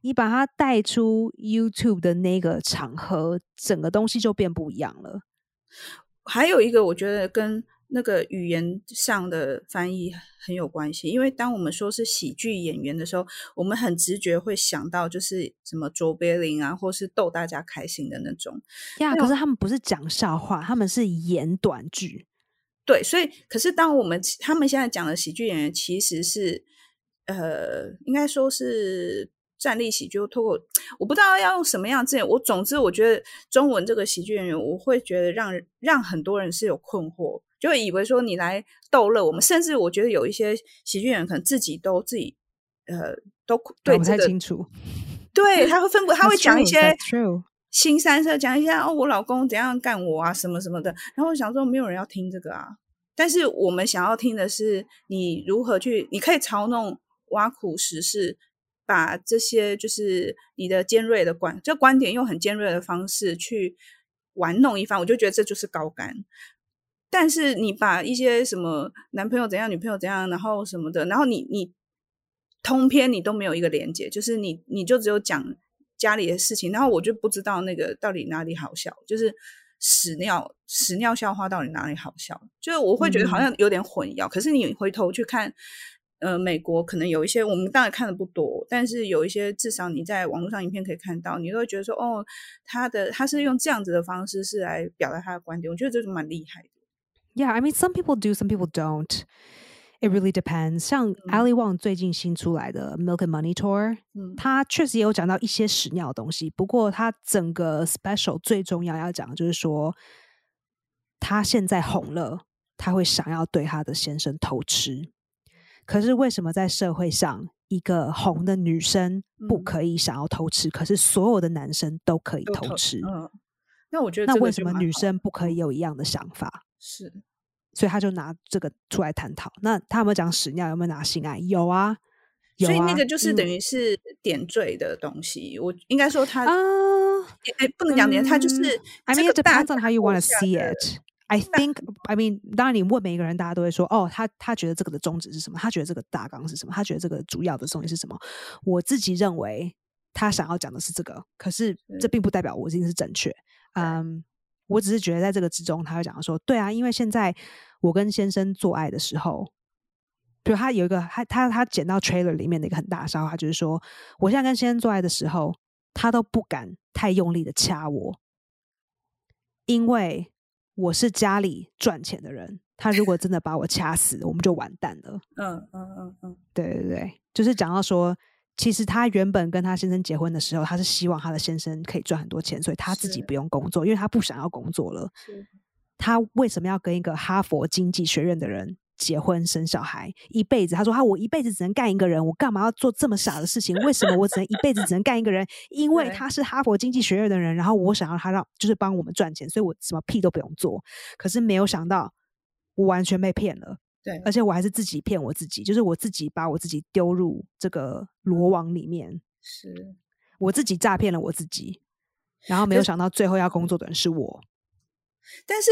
A: 你把它带出 YouTube 的那个场合，整个东西就变不一样了。
B: 还有一个，我觉得跟那个语言上的翻译很有关系，因为当我们说是喜剧演员的时候，我们很直觉会想到就是什么卓别林啊，或是逗大家开心的那种。
A: 呀、
B: 没
A: 可
B: 有
A: 是他们不是讲笑话，他们是演短剧。
B: 对，所以可是当我们他们现在讲的喜剧演员，其实是呃，应该说是站立喜剧或脱口，我不知道要用什么样的字眼。我总之我觉得中文这个喜剧演员，我会觉得让人让很多人是有困惑，就会以为说你来逗乐我们，甚至我觉得有一些喜剧演员可能自己都自己呃都对
A: 我不
B: 这
A: 太
B: 个
A: 清楚。
B: 对，他会 分不，他会
A: That's
B: 讲一
A: true,
B: 些
A: that's true.
B: 新三色，讲一下哦，我老公怎样干我啊，什么什么的。然后我想说，没有人要听这个啊。但是我们想要听的是，你如何去，你可以嘲弄、挖苦时事，把这些就是你的尖锐的观，这观点用很尖锐的方式去玩弄一番，我就觉得这就是高干。但是你把一些什么男朋友怎样、女朋友怎样，然后什么的，然后你你通篇你都没有一个连接，就是你你就只有讲家里的事情，然后我就不知道那个到底哪里好笑，就是屎尿屎尿笑话到底哪里好笑，就是我会觉得好像有点混淆。可是你回头去看，呃，美国可能有一些我们当然看的不多，但是有一些至少你在网络上影片可以看到，你都会觉得说哦，他的他是用这样子的方式是来表达他的观点，我觉得这就蛮厉害的。
A: Yeah, I mean, some people do, some people don't. It really depends. 像 Ali Wong 最近新出来的《Milk and Money Tour》，
B: 嗯
A: 他确实也有讲到一些屎尿的东西，不过他整个 special 最重要要讲的就是说，他现在红了，他会想要对他的先生偷吃。可是为什么在社会上，一个红的女生不
B: 嗯
A: 可以想要偷吃，可是所有的男生都可以
B: 都
A: 偷吃？
B: 嗯，那我觉得
A: 那
B: 这个
A: 为
B: 就
A: 什么
B: 蛮
A: 女
B: 好哦
A: 生不可以有一样的想法？
B: 是
A: 所以他就拿这个出来探讨。那他有没有讲屎尿？有没有拿性爱？有啊，有
B: 所以那
A: 啊
B: 个就是
A: 嗯
B: 等于是点缀的东西。我应该说它，
A: 啊
B: 也也不能讲点，它就是
A: 嗯 I
B: 这
A: mean,
B: 个
A: it
B: 大
A: depends on how you
B: 架构
A: want to
B: 下
A: see
B: 的
A: it. I think, I mean，当然你问每一个人，大家都会说，哦，他他觉得这个的宗旨是什么？他觉得这个大纲是什么？他觉得这个主要的东西是什么？我自己认为他想要讲的是这个，可是这
B: 是
A: 并不代表我一定是正确。嗯，我只是觉得在这个之中，他会讲到说，对啊，因为现在我跟先生做爱的时候。比如他有一个，他他他捡到 trailer 里面的一个很大的笑话，就是说，我现在跟先生做爱的时候，他都不敢太用力的掐我，因为我是家里赚钱的人，他如果真的把我掐死，我们就完蛋了。
B: 嗯嗯嗯嗯，
A: 对对对，就是讲到说，其实她原本跟她先生结婚的时候，她是希望她的先生可以赚很多钱，所以她自己
B: 是
A: 不用工作，因为她不想要工作了。
B: 是
A: 她为什么要跟一个哈佛经济学院的人结婚生小孩一辈子？她说：“她啊我一辈子只能干一个人，我干嘛要做这么傻的事情？为什么我只能一辈子只能干一个人？因为
B: 对
A: 他是哈佛经济学院的人，然后我想要他让就是帮我们赚钱，所以我什么屁都不用做。可是没有想到，我完全被骗了。”
B: 对，
A: 而且我还是自己骗我自己，就是我自己把我自己丢入这个罗网里面，
B: 是。
A: 我自己诈骗了我自己，然后没有
B: 就是
A: 想到最后要工作的人是我。
B: 但是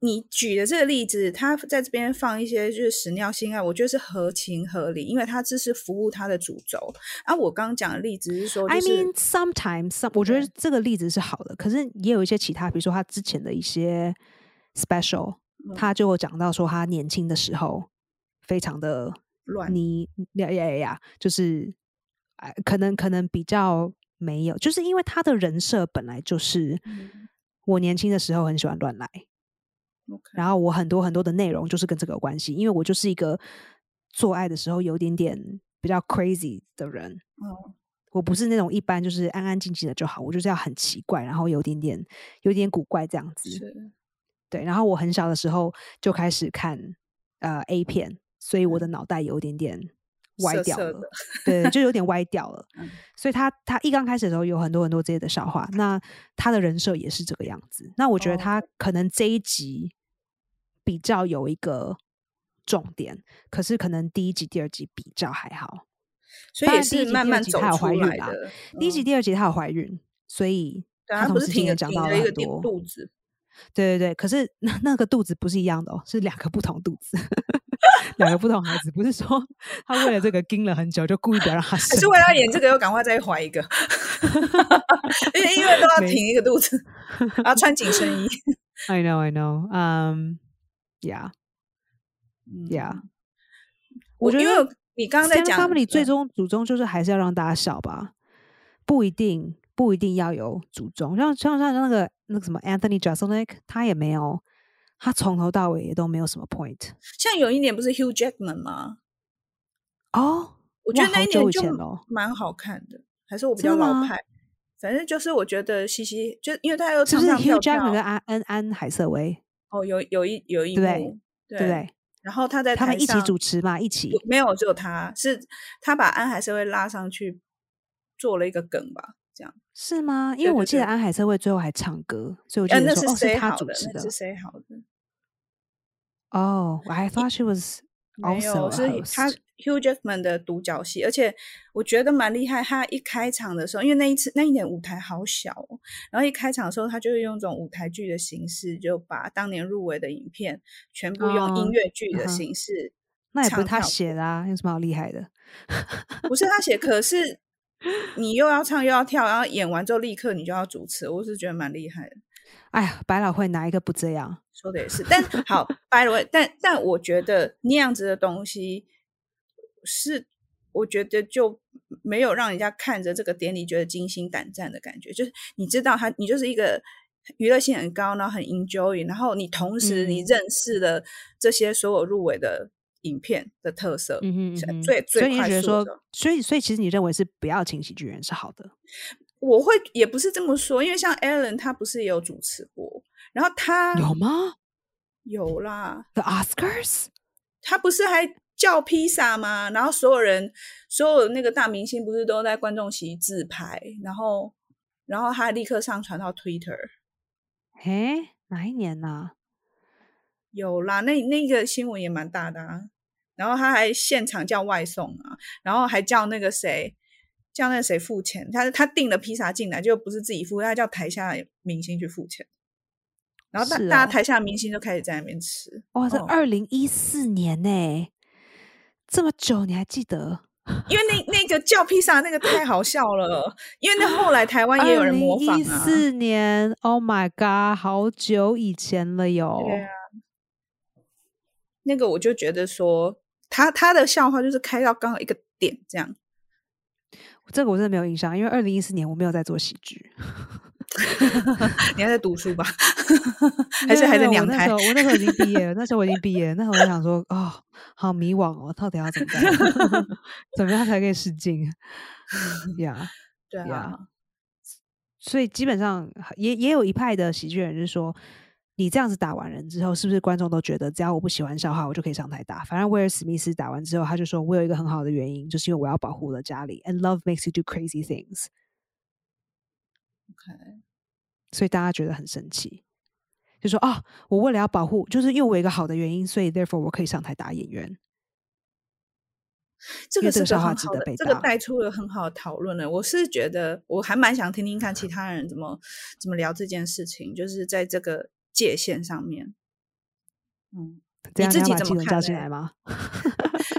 B: 你举的这个例子，他在这边放一些就是屎尿性爱，我觉得是合情合理，因为他这是服务他的主轴。啊，我刚讲的例子是哦说、就
A: I
B: 是，
A: mean, sometimes some，我觉得
B: 对
A: 这个例子是好的，可是也有一些其他，比如说他之前的一些 special，、
B: 嗯
A: 他就有讲到说他年轻的时候非常的
B: 乱
A: 你呀呀呀呀，就是哎、可能可能比较没有，就是因为他的人设本来就是、
B: 嗯
A: 我年轻的时候很喜欢乱来。
B: ，OK，
A: 然后我很多很多的内容就是跟这个有关系，因为我就是一个做爱的时候有点点比较 crazy 的人，
B: 哦，
A: 我不是那种一般就是安安静静的就好，我就是要很奇怪，然后有点点有点古怪这样子。
B: 是
A: 对，然后我很小的时候就开始看呃 A 片，所以我的脑袋有点点歪
B: 嗯涩
A: 掉
B: 涩
A: 了，
B: 的
A: 对，就有点歪掉了。
B: 嗯
A: 所以他他一刚开始的时候有很多很多这些的笑话，那他的人设也是这个样子。那我觉得
B: 哦
A: 他可能这一集比较有一个重点，可是可能第一集、第二集比较还好。
B: 所
A: 当
B: 以也
A: 然第一
B: 是
A: 集
B: 慢
A: 第二
B: 慢
A: 集
B: 走
A: 她有
B: 出
A: 怀孕
B: 来
A: 啦
B: 的。
A: 第一集、
B: 嗯，
A: 第二集她有怀孕，所以。
B: 对
A: 她
B: 他
A: 同
B: 不是
A: 时间
B: 挺
A: 也
B: 了
A: 讲
B: 挺
A: 到
B: 了一
A: 很
B: 个地
A: 多，
B: 肚子，
A: 对对对，可是那 那个肚子不是一样的哦，是两个不同肚子， 两个不同孩子，不是说 他为了这个盯了很久，就故意不要让他
B: 可
A: 生
B: 是。为了演这个又赶快再怀一个，因为因 为都要
A: 没
B: 挺一个肚子，然后穿紧身衣。
A: I know, I know. Um, yeah,
B: 嗯
A: yeah. 我
B: 我
A: 觉
B: 因为
A: 得
B: 你刚刚在
A: stand-up
B: 讲
A: comedy 最
B: 嗯
A: 终祖宗就是还是要让大家笑吧，不一定不一定要有祖宗。像像像那个那个什么 Anthony Jeselnik，他也没有，他从头到尾也都没有什么 point。
B: 像有一年不是 Hugh Jackman 吗？
A: 哦，
B: 我觉
A: 哇
B: 得那
A: 好
B: 一
A: 久
B: 年
A: 以
B: 就
A: 前咯
B: 蛮好看的，还是我比
A: 真
B: 较
A: 的
B: 老
A: 吗
B: 派。反正就是我觉得西西，就因为他又
A: 是
B: 唱
A: 不是
B: 唱
A: Hugh
B: 跳
A: Jackman 跟
B: 跳，
A: 安安安海瑟薇，
B: 哦，有有一有一
A: 对不对
B: 幕，对
A: 对不对？
B: 然后他在
A: 他们
B: 台
A: 一起
B: 上
A: 主持嘛，一起
B: 有没有只有他是他把安海瑟薇拉上去做了一个梗吧，这样。
A: 是吗？因
B: 对
A: 为我
B: 对
A: 记得
B: 对
A: 安海瑟薇最后还唱歌，所以我就
B: 呃，那
A: 得
B: 是
A: 说、哦，
B: 谁
A: 是他
B: 好
A: 主
B: 的？
A: 持
B: 那
A: 的
B: 是。谁好的？
A: 哦、i thought she was
B: 没
A: also 呃
B: 有，是
A: a
B: 他
A: 啊 host.
B: Hugh Jackman 的独角戏，而且我觉得蛮厉害。他一开场的时候，因为那一次那一年舞台好小、哦，然后一开场的时候，他就用这种舞台剧的形式，就把当年入围的影片全部用
A: 哦
B: 音乐剧
A: 嗯
B: 的
A: 哼
B: 形式。
A: 那也不是
B: 唱
A: 他
B: 跳
A: 写的啊，有什么好厉害的？
B: 不是他写，可是你又要唱又要跳，然后演完之后立刻你就要主持，我是觉得蛮厉害的。
A: 哎呀，百老汇哪一个不这样？
B: 说的也是，但 好，by the way，但但我觉得那样子的东西是，我觉得就没有让人家看着这个典礼觉得惊心胆战的感觉，就是你知道他，你就是一个娱乐性很高，然后很 enjoy，然后你同时你
A: 嗯
B: 认识了这些所有入围的影片的特色，
A: 嗯哼嗯
B: 是
A: 哼，
B: 呃最
A: 所
B: 最
A: 以你就
B: 快
A: 觉得
B: 速的
A: 说
B: 时候，
A: 所以所以其实你认为是不要请喜剧人是好的，
B: 我会也不是这么说，因为像 Alan 他不是也有主持过，然后他
A: 有吗
B: 有啦，
A: ？The Oscars？
B: 他不是还叫披萨吗？然后所有人，所有那个大明星不是都在观众席自拍，然后，然后他立刻上传到 Twitter。
A: 哎，哪一年呐、
B: 有啦，那那个新闻也蛮大的啊。然后他还现场叫外送啊，然后还叫那个谁，叫那个谁付钱。他他订了披萨进来，就不是自己付，他叫台下的明星去付钱。然后大、
A: 是
B: 大家
A: 哦
B: 台下的明星就开始在那边吃，
A: 哇，这
B: 哦
A: 二零一四年呢、这么久你还记得？
B: 因为那那个叫披萨那个太好笑了，因为那后来台湾也有人模仿
A: 啊一
B: 啊。
A: 四年，Oh my god，好久以前了哟。
B: 对啊，那个我就觉得说，他他的笑话就是开到刚好一个点这样。
A: 这个我真的没有印象，因为二零一四年我没有在做喜剧，
B: 你还在读书吧？ 还是还在
A: 没有
B: 娘
A: 没有
B: 胎？
A: 我那时候我那时候已经毕业了，那时候我已经毕业了，那时候我就想说，哦，好迷惘哦，到底要怎么办？ 怎么样才可以试镜？ 呀、yeah.。
B: 对啊
A: Yeah，所以基本上也也有一派的喜剧人是说，你这样子打完人之后，是不是观众都觉得只要我不喜欢笑话，我就可以上台打？反正威尔史密斯打完之后，他就说我有一个很好的原因，就是因为我要保护我的家里，and love makes you do crazy things，
B: ，OK，
A: 所以大家觉得很神奇，就说啊、我为了要保护，就是因为我有一个好的原因，所以 therefore 我可以上台打演员。
B: 这
A: 因为
B: 个
A: 这
B: 是
A: 个笑
B: 个
A: 话
B: 很
A: 值
B: 好
A: 得
B: 的
A: 被，
B: 这个
A: 打
B: 带出了很好的讨论了。我是觉得我还蛮想听听
A: 嗯
B: 看其他人怎么怎么聊这件事情，就是在这个界限上面。嗯，
A: 这样
B: 自
A: 要
B: 己
A: 把
B: 怎
A: 技
B: 么
A: 能
B: 看
A: 叫进
B: 嘞
A: 来吗？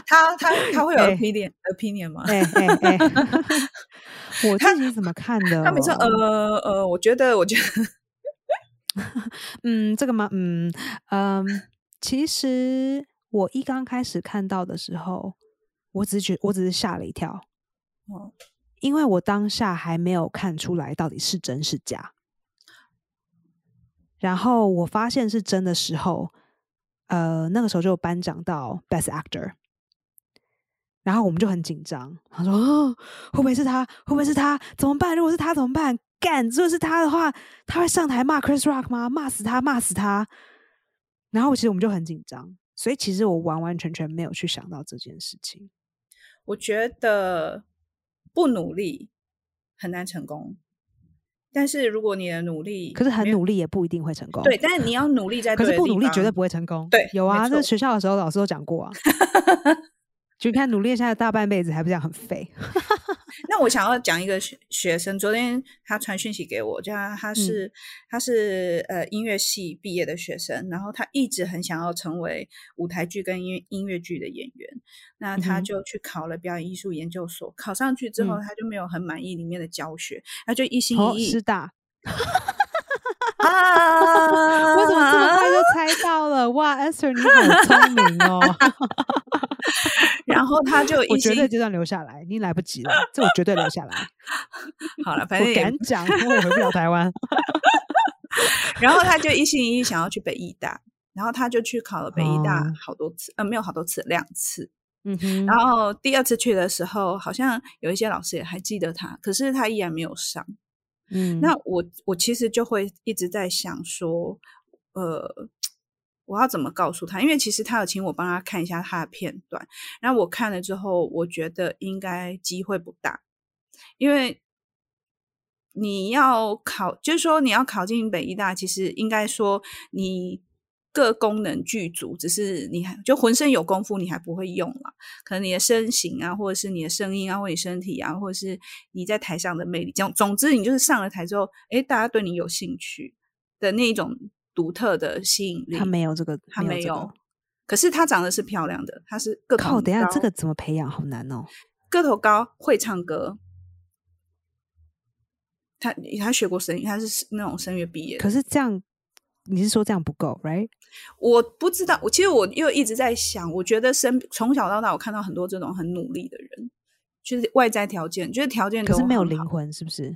B: 他他他会有
A: 哎
B: opinion、opinion 吗？
A: 哎 哎哎， 我自己怎么看的哦？
B: 他每次呃呃，我觉得我觉得
A: 嗯，这个吗？嗯嗯，其实我一刚开始看到的时候，我只是觉，我只是吓了一跳，
B: 哦
A: 因为我当下还没有看出来到底是真是假。然后我发现是真的时候，呃，那个时候就有颁奖到 Best Actor，然后我们就很紧张，他说、哦：“会不会是他？会不会是他？怎么办？如果是他怎么办？干！如果是他的话，他会上台骂 Chris Rock 吗？骂死他，骂死他！”然后其实我们就很紧张，所以其实我完完全全没有去想到这件事情。
B: 我觉得不努力很难成功，但是如果你的努力
A: 可是很
B: 没有
A: 努力也不一定会成功。
B: 对，但是你要努力在
A: 可
B: 对
A: 是
B: 的
A: 不
B: 地
A: 努力绝对
B: 方
A: 不会成功。
B: 对
A: 有
B: 没
A: 啊，这
B: 错
A: 学校的时候老师都 讲过啊。就你看努力了现在大半辈子还不这样很废，
B: 那我想要讲一个学学生，昨天他传讯息给我，就他
A: 嗯
B: 他是、他是呃音乐系毕业的学生，然后他一直很想要成为舞台剧跟音乐音乐剧的演员，那
A: 嗯
B: 他
A: 哼
B: 就去考了表演艺术研究所，考上去之后
A: 嗯
B: 他就没有很满意里面的教学，他就一心
A: 哦，
B: 一意、
A: 师大，
B: 啊，
A: 为什么这么快就猜到了？哇，Esther 你好聪明哦！
B: 然后他就
A: 我
B: 一
A: 绝
B: 心
A: 对这段留下来，你来不及了，这我绝对留下来。
B: 好 了，反正
A: 我
B: 也
A: 敢讲，因为我回不了 台湾。
B: 然后他就一心一意想要去北医大，然后他就去考了北医大
A: 哦
B: 好多次，呃，没有好多次，两次。
A: 嗯哼，
B: 然后第二次去的时候，好像有一些老师也还记得他，可是他依然没有上。
A: 嗯，
B: 那我我其实就会一直在想说，呃，我要怎么告诉他？因为其实他有请我帮他看一下他的片段，然后我看了之后，我觉得应该机会不大，因为你要考，就是说你要考进北医大，其实应该说你。各功能具足，只是你还就浑身有功夫，你还不会用啦。可能你的身形啊，或者是你的声音啊，或者你身体啊，或者是你在台上的魅力，这样总之你就是上了台之后，诶，大家对你有兴趣的那一种独特的吸引力。
A: 他没有这个，
B: 他没
A: 这个
B: 有。可是她长得是漂亮的，她是个头
A: 靠，
B: 很
A: 等一下
B: 高
A: 这个怎么培养？好难哦。
B: 个头高，会唱歌。她她学过声乐，她是那种声乐毕业的。
A: 可是这样，你是说这样不够，right？
B: 我不知道，我其实我又一直在想，我觉得身从小到大，我看到很多这种很努力的人，就是外在条件，就是条件
A: 可
B: 都
A: 是没有
B: 很
A: 灵
B: 好
A: 魂，是不是？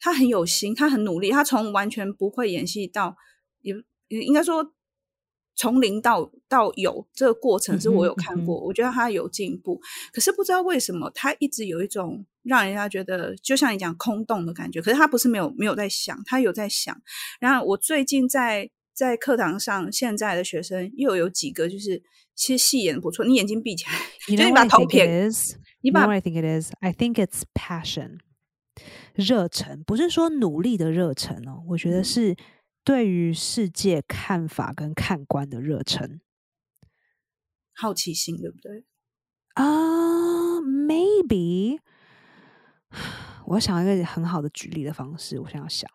B: 他很有心，他很努力，他从完全不会演戏到也也应该说从零到到有这个过程，是我有
A: 嗯哼
B: 看
A: 嗯
B: 过，我觉得他有进步。可是不知道为什么，他一直有一种让人家觉得，就像你讲空洞的感觉。可是他不是没有没有在想，他有在想。然后我最近在在课堂上，现在的学生又有几个就是其实戏演得不错，你眼睛闭起来，
A: You
B: 就
A: know
B: 是你把
A: what I
B: 头
A: think
B: 撇，
A: it is?
B: 你
A: You know
B: 把
A: what I think it is? I think it's passion，热忱，不是说努力的热忱哦，我
B: 嗯
A: 觉得是对于世界看法跟看官的热忱。
B: 好奇心，对不对？
A: 啊、m a y b e 我想一个很好的举例的方式，我想要想，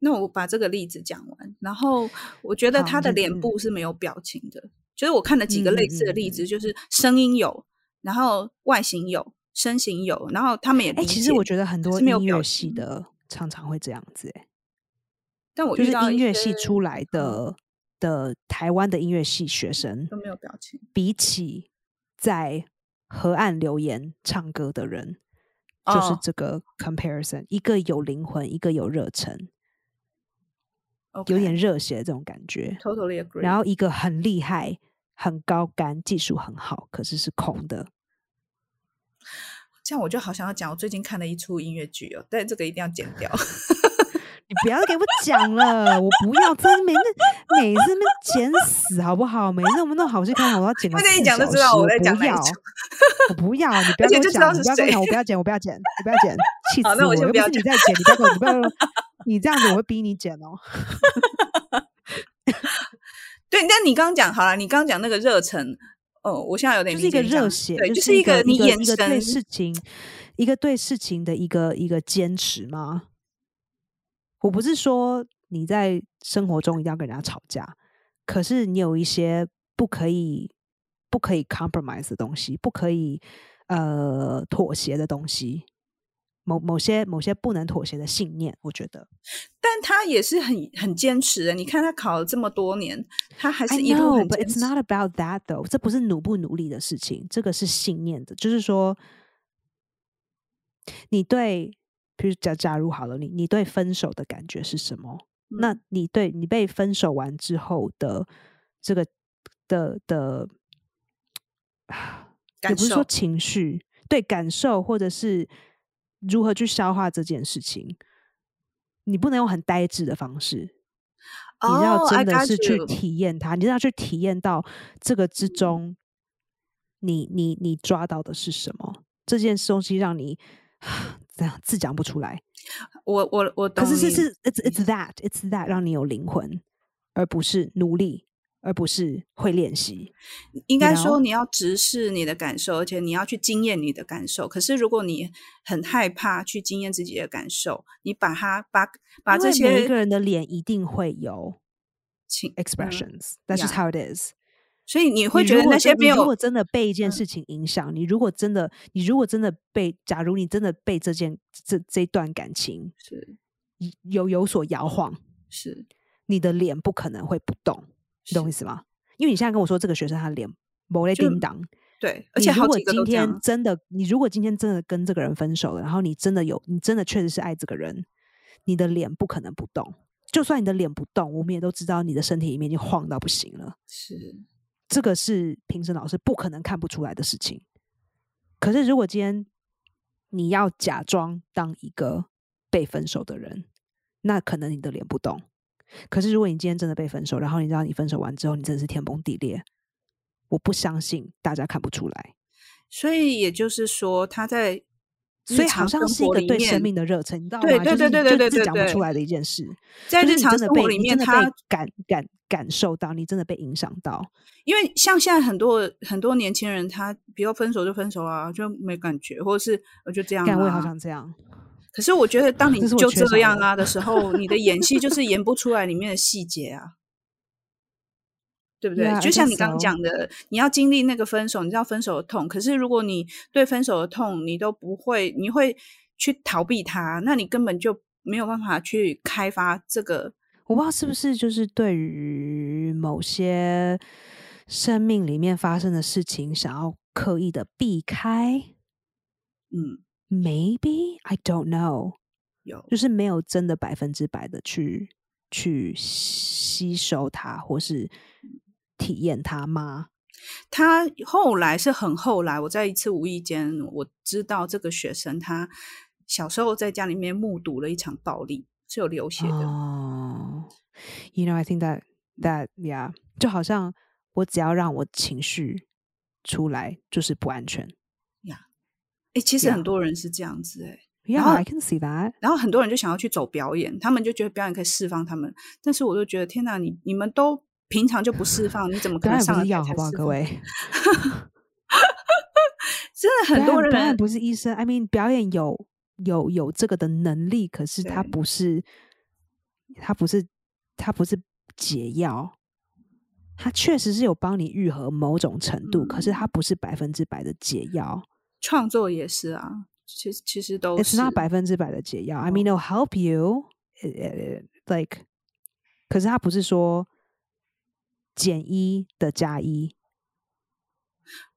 B: 那我把这个例子讲完，然后我觉得
A: 好
B: 他的
A: 嗯
B: 脸
A: 嗯
B: 部是没有表情的，就是我看了几个
A: 嗯
B: 类
A: 嗯
B: 似的
A: 嗯
B: 例子，
A: 嗯
B: 就是声音有，然后外形有，身形有，然后他们也
A: 哎、
B: 理
A: 其
B: 解
A: 实我觉得很
B: 可
A: 多
B: 是没有
A: 音
B: 表
A: 乐系
B: 情
A: 的常常会这样子、欸，
B: 但我
A: 就
B: 遇
A: 是
B: 到
A: 音
B: 一
A: 乐
B: 些
A: 系
B: 嗯
A: 出来的的台湾的音乐系学生，
B: 都没有表情，
A: 比起在河岸留言唱歌的人，就是
B: 哦
A: 这个 comparison，一个有灵魂，一个有热忱，有
B: OK，
A: 点热血这种感觉，
B: totally agree。
A: 然后一个很厉害、很高干、技术很好，可是是空的。
B: 这样我就好想要讲，我最近看了一出音乐剧哦，但这个一定要剪掉。
A: 你不要再给我讲了，我不要，真每次每次那边剪死好不好？每次我们弄好戏看好，我要剪个
B: 我跟你
A: 四
B: 讲就
A: 小
B: 知道
A: 时
B: 我
A: 我
B: 在讲
A: 不
B: 哪一
A: 要
B: 出，
A: 我不要，你不
B: 而
A: 要
B: 且
A: 跟我
B: 就知道
A: 讲，
B: 是
A: 你不要
B: 谁
A: 跟我讲，我不要剪，我不要剪，你不要剪，气
B: 好
A: 死
B: 那我
A: 我！
B: 先
A: 又
B: 不
A: 不
B: 要
A: 是你在剪，你不要跟我，你不要，你这样子我会逼你剪哦。
B: 对，但你刚刚讲好了，你刚刚讲那个热忱，哦，我现在有点
A: 就是一
B: 理解
A: 个
B: 你讲
A: 热
B: 的
A: 血，
B: 对，
A: 就
B: 就是一
A: 个
B: 你
A: 一个
B: 眼
A: 一个对
B: 神
A: 事情，一个对事情的一个一个坚持吗？我不是说你在生活中一定要跟人家吵架，可是你有一些不可以不可以 compromise 的东西，不可以呃妥协的东西，某某些某些不能妥协的信念，我觉得
B: 但他也是很很坚持的。你看他考了这么多年，他还
A: I
B: 是一路
A: know,
B: 很
A: but
B: 坚
A: it's
B: 持。
A: not about that though。这不是努不努力的事情，这个是信念的，就是说，你对，比如假假如好了，你你对分手的感觉是什么？那
B: 嗯
A: 你对你被分手完之后的这个的的，也
B: 感
A: 不是说
B: 受哦
A: 情绪，对感受或者是如何去消化这件事情，你不能用很呆滞的方式，你要
B: 哦
A: 真
B: I
A: 的
B: got
A: 是去
B: you
A: 体验它，你要去体验到这个
B: 嗯
A: 之中，你你你抓到的是什么？这件事东西让你怎样自讲不出来，
B: 我我我懂
A: 可
B: 你，嗯
A: 是是是 it's it's that it's that 让你有灵魂，而不是努力，而不是会练习。
B: 应该说
A: know？
B: 你要直视你的感受，而且你要去经验你的感受。可是如果你很害怕去经验自己的感受，你把它把把
A: 因
B: 这
A: 为每一个
B: 些
A: 人的脸一定会有
B: 情，
A: expressions，、that's just
B: yeah
A: how it is。
B: 所以你会
A: 你
B: 觉
A: 如
B: 得
A: 果
B: 那些
A: 真
B: 没
A: 你如
B: 有嗯
A: 果真的被一件事情影响，你如果真的，你如果真的被，假如你真的被这件这这段感情
B: 是
A: 一有有所摇晃，
B: 是
A: 你的脸不可能会不动，你懂我意思吗？因为你现在跟我说这个学生他脸某类
B: 就
A: 叮当，
B: 对，而
A: 你
B: 且
A: 如
B: 好
A: 果
B: 几个
A: 今
B: 都这
A: 天
B: 样。
A: 真的，你如果今天真的跟这个人分手了，然后你真的有，你真的确实是爱这个人，你的脸不可能不动。就算你的脸不动，我们也都知道你的身体里面已经晃到不行了。
B: 是
A: 这个是评审老师不可能看不出来的事情。可是如果今天你要假装当一个被分手的人，那可能你的脸不动。可是如果你今天真的被分手，然后你知道你分手完之后，你真的是天崩地裂，我不相信大家看不出来。
B: 所以也就是说，他在
A: 所
B: 日
A: 以好
B: 常
A: 像
B: 生
A: 是一
B: 活
A: 个
B: 里
A: 对
B: 面
A: 生命的热忱，你知道吗？
B: 对对对对对对
A: 就是你就
B: 对
A: 自讲不
B: 对
A: 出来的一件事。
B: 在
A: 就是
B: 日
A: 你
B: 常
A: 真的
B: 生
A: 被
B: 活里
A: 你
B: 面，
A: 真的
B: 他
A: 被感感感受到，你真的被影响到。
B: 因为像现在很多很多年轻人，他比如分手就分手啊，就没感觉，或者是我就这样、
A: 干我也好
B: 啊。
A: 想这样。
B: 可是我觉得，当你
A: 这是我
B: 就
A: 缺少
B: 这样
A: 的
B: 啊的时候，你的演 戏就是演不出来里面的细节啊，对不对
A: Yeah, I
B: 就像
A: guess
B: 你刚刚
A: so.
B: 讲的，你要经历那个分手，你知道分手的痛。可是如果你对分手的痛你都不会，你会去逃避它，那你根本就没有办法去开发这个
A: 我不知道是不是就是对于某些生命里面发生的事情，想要刻意的避开
B: 嗯
A: ，maybe I don't know，
B: 有
A: 就是没有真的百分之百的去去吸收它，或是体验它吗？
B: 他后来是很后来，我在一次无意间我知道这个学生他小时候在家里面目睹了一场暴力，是有流血的。
A: 哦、y o u know I think that that yeah，就好像我只要让我情绪出来，就是不安全。
B: 诶，其实很
A: Yeah
B: 多人是这样子诶，然
A: Yeah,
B: 后
A: I can see that.
B: 然后很多人就想要去走表演，他们就觉得表演可以释放他们，但是我就觉得天哪，你你们都平常就不释放，你怎么可
A: 当
B: 能
A: 然
B: 上
A: 不
B: 了
A: 是药，
B: 台
A: 好
B: 才
A: 不好，
B: 释
A: 各
B: 放？
A: 位？
B: 真的很
A: 表
B: 多
A: 演表演
B: 人
A: 不是医生，I mean，表演有有有这个的能力，可是它
B: 对
A: 不是，它不是，它不是解药。它确实是有帮你愈合某种程度，可
B: 嗯
A: 是它不是百分之百的解药。
B: 创作也是啊，其实其实都
A: It's
B: 是嗯
A: not 百分之百的解药。I mean, it'll help you. It, it, it- like，可是它不是说减一的加一，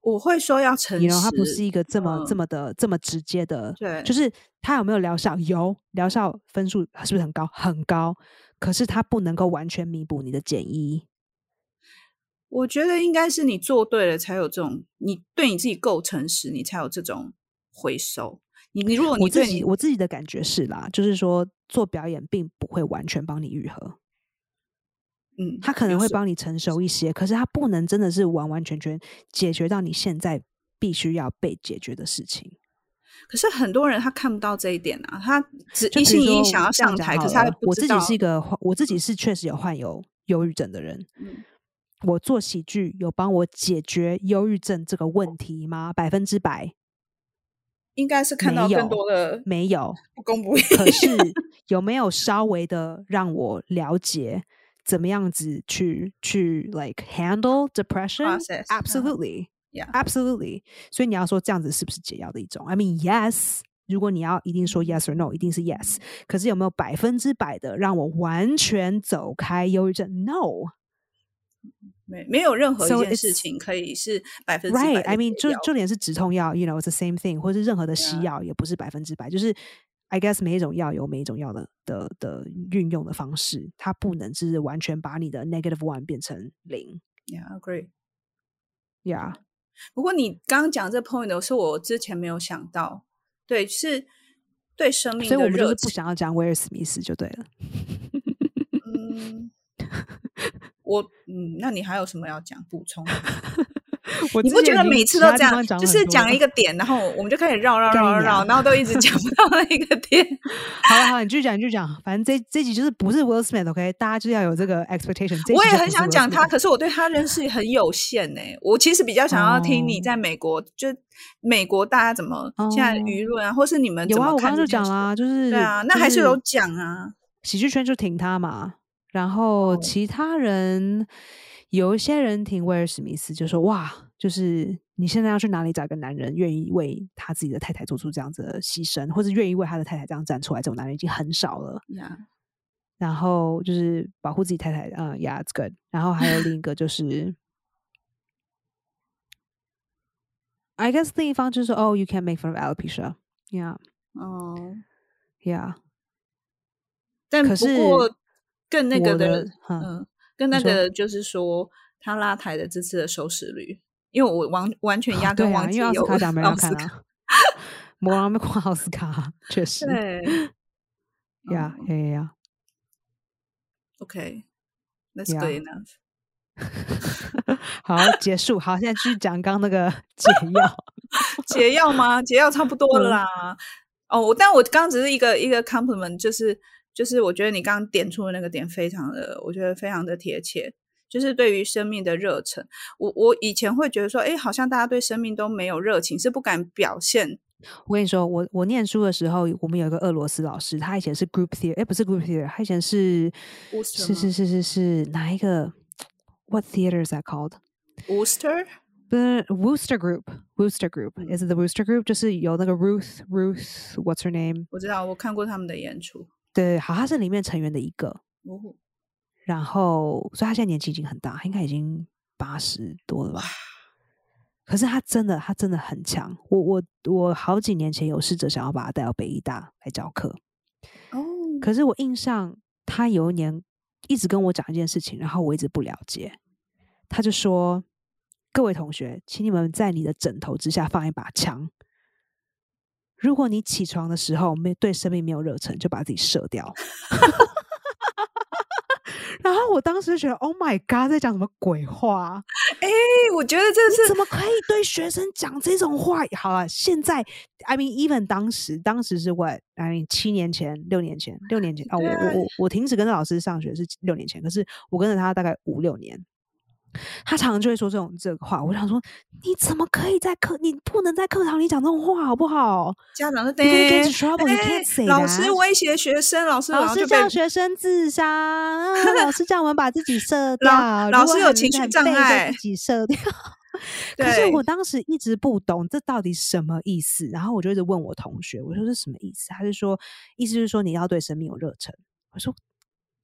B: 我会说要诚实，
A: 你知道，它不是一个这么、这
B: 嗯
A: 么的这么直接的
B: 对，
A: 就是它有没有疗效？有疗效分数呃是不是很高？很高，可是它不能够完全弥补你的减一。
B: 我觉得应该是你做对了才有这种，你对你自己够诚实，你才有这种回收。你你如果
A: 我
B: 哦你
A: 自
B: 对
A: 己
B: 你
A: 我自己的感觉是啦，就是说做表演并不会完全帮你愈合，
B: 嗯，
A: 它可能
B: 有
A: 会
B: 时
A: 帮你成熟一些，可是它不能真的是完完全全解决到你现在必须要被解决的事情。
B: 可是很多人他看不到这一点啊，他只
A: 就
B: 一
A: 比
B: 心
A: 如
B: 一意
A: 说
B: 想要
A: 这样
B: 上
A: 讲
B: 台，可
A: 好
B: 是他
A: 了
B: 不
A: 我
B: 知
A: 自己
B: 道
A: 是一个患，我自己是确实有患有忧郁症的人，
B: 嗯
A: 我做喜剧有帮我解决忧郁症这个问题吗？百分之百
B: 应该是看到
A: 没有
B: 更多的
A: 没有。
B: 不公不义。
A: 可是有没有稍微的让我了解怎么样子去去 like handle depression?
B: Process，嗯哼
A: Absolutely,
B: Yeah.
A: absolutely. 所以你要说这样子是不是解药的一种？I mean, yes. 如果你要一定
B: 嗯
A: 说 yes or no，一定是 yes。可是有没有百分之百的让我完全走开忧郁症？No。
B: 没没有任何
A: So
B: 一件事
A: it's-
B: 情可以是百分之百
A: Right,
B: 的
A: I mean，
B: 解
A: 就
B: 药
A: 就连是止痛药，you know, it's the same thing，或是任何的西
B: Yeah.
A: 药也不是百分之百，就是 I guess 每一种药有每一种药的的的运用的方式，它不能是完全把你的 negative one 变成零
B: Yeah, agree.
A: ，Yeah，
B: 不过你刚刚讲这 point 是我之前没有想到，对，是对生命
A: 所以我
B: 的
A: 们就
B: 热
A: 是不
B: 情。
A: 想要讲威尔史密斯就 对了。
B: 嗯，我嗯，那你还有什么要讲补充的吗？
A: 我
B: 你
A: 之
B: 不觉
A: 前已
B: 得
A: 经
B: 每
A: 其
B: 次都
A: 他
B: 这
A: 地
B: 样
A: 方，讲
B: 就
A: 很
B: 是
A: 多
B: 讲
A: 了
B: 一个点，然后我们就开始绕绕
A: 干
B: 绕绕
A: 你
B: 绕，
A: 娘
B: 然后都一直讲不到那一个 点。
A: 好了好了，你继续讲，你继续讲。反正这这集就是不是 Will Smith，OK，、大家就要有这个 expectation 这一集就不是 Will Smith。
B: 我也很想讲他，可是我对他认识很有限呢、我其实比较想要听你
A: 哦
B: 在美国，就美国大家怎么现在
A: 哦
B: 舆论啊，或是你们
A: 有
B: 怎
A: 啊，
B: 么
A: 我刚
B: 看
A: 刚
B: 这
A: 就
B: 件
A: 讲
B: 事
A: 啦，就是
B: 对啊，那还是
A: 就
B: 有讲啊。
A: 喜剧圈就挺他嘛，然后
B: 哦
A: 其他人有一些人挺威尔史密斯，就说哇，就是你现在要去哪里找一个男人愿意为他自己的太太做出这样子的牺牲，或者愿意为他的太太这样站出来，这种男人已经很少了。
B: 呀，
A: 然后就是保护自己太太，嗯，Yeah，it's good。然后还有另一个就是，I guess 另一方就是说，Oh, you can make fun of alopecia，Yeah,
B: 哦，
A: Yeah。
B: 但
A: 可
B: 不
A: 是
B: 过更那个
A: 我
B: 的
A: 的，，嗯，
B: 嗯，更那
A: 你说
B: 个就是说他拉抬了这次的收视率，因为我完完全压根
A: 对
B: 忘
A: 啊，
B: 记
A: 因为奥斯
B: 有
A: 卡奖没人要
B: 奥斯
A: 看
B: 卡
A: 啊， 没人没看奥斯卡，确实，
B: 对
A: 呀
B: 嗯
A: 呀呀呀，
B: ，OK，that's
A: Yeah.
B: good enough。嗯
A: 好，结束，好，现在继续讲刚那个 解药，
B: 解药吗？解药差不多
A: 嗯
B: 了啦。哦，我但我刚刚只是一个一个 compliment，就是就是我觉得你刚刚点出的那个点非常的，我觉得非常的贴切，就是对于生命的热忱。我我以前会觉得说，哎，好像大家对生命都没有热情，是不敢表现。
A: 我跟你说，我我念书的时候，我们有一个俄罗斯老师，他以前是 group theater，哎，不是 group theater，他以前是
B: Worcester
A: 是是是是是哪一个？What theater is that called？
B: Wooster，
A: 不是 Wooster Group，Wooster
B: 嗯
A: Group，is it the Wooster Group？就是有那个 Ruth Ruth，what's her name？
B: 我知道，我看过他们的演出。
A: 对，好，他是里面成员的一个，
B: 哦
A: 然后，所以他现在年纪已经很大，他应该已经八十多了吧？可是他真的，他真的很强。我我我好几年前有试着想要把他带到北医大来教课，
B: 哦，
A: 可是我印象他有一年一直跟我讲一件事情，然后我一直不了解。他就说：“各位同学，请你们在你的枕头之下放一把枪。如果你起床的时候没对生命没有热忱，就把自己射掉。” 然后我当时觉得，Oh my god，在讲什么鬼话？啊
B: 哎，我觉得这
A: 你
B: 是
A: 怎么可以对学生讲这种话？好了，现在，I mean even 当时，当时是 what I mean 七年前、六年前、六年前啊、
B: 对
A: 我
B: 啊
A: 我我我停止跟着老师上学是六年前，可是我跟着他大概五六年。他常常就会说这种这个话，我想说，你怎么可以在课？你不能在课堂里讲这种话，好不好？
B: 家长就
A: You're gonna get
B: 对哎
A: into。trouble. You can't say
B: 老师
A: that.
B: 威胁学生，老师然
A: 啊老
B: 后
A: 师
B: 就被
A: 叫学生 自杀，啊、老师叫我们把自己射掉。
B: 老
A: 如
B: 老
A: 果
B: 师
A: 还
B: 有
A: 能
B: 情绪
A: 再
B: 障
A: 背就
B: 碍
A: 自己 射掉。可是
B: 对
A: 我当时一直不懂这到底什么意思，然后我就一直问我同学，我说这什么意思？他就说，意思就是说你要对生命有热忱。我说。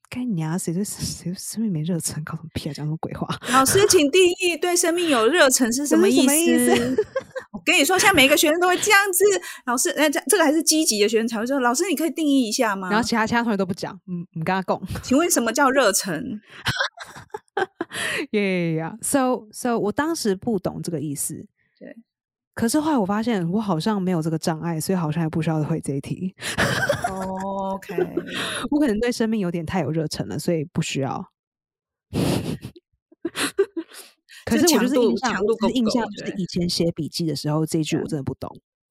A: 该你啊！谁对谁对生命没热忱，搞什么屁啊！讲什么鬼话？
B: 老师，请定义对生命有热忱是什么
A: 这是
B: 意
A: 什么意思
B: 我跟你说，现在每一个学生都会这样子。老师，哎那这这个还是积极的学生才会说，老师，你可以定义一下吗
A: 然？后其他其他同学都不讲，嗯，我们跟他共。
B: 请问什么叫热忱？
A: 耶呀！So so，我当时不懂这个意思。
B: 对。
A: 可是后来我发现，我好像没有这个障碍，所以好像也不需要会这一题。
B: 哦 OK，
A: 我可能对生命有点太有热忱了，所以不需要。可
B: 就是
A: 我
B: 强
A: 就是
B: 度
A: 印象，
B: 强
A: 我
B: 度
A: 只
B: 够
A: 是
B: 不
A: 印
B: 够
A: 象就是
B: 对啊
A: 以前写笔记的时候，这一句我真的不懂，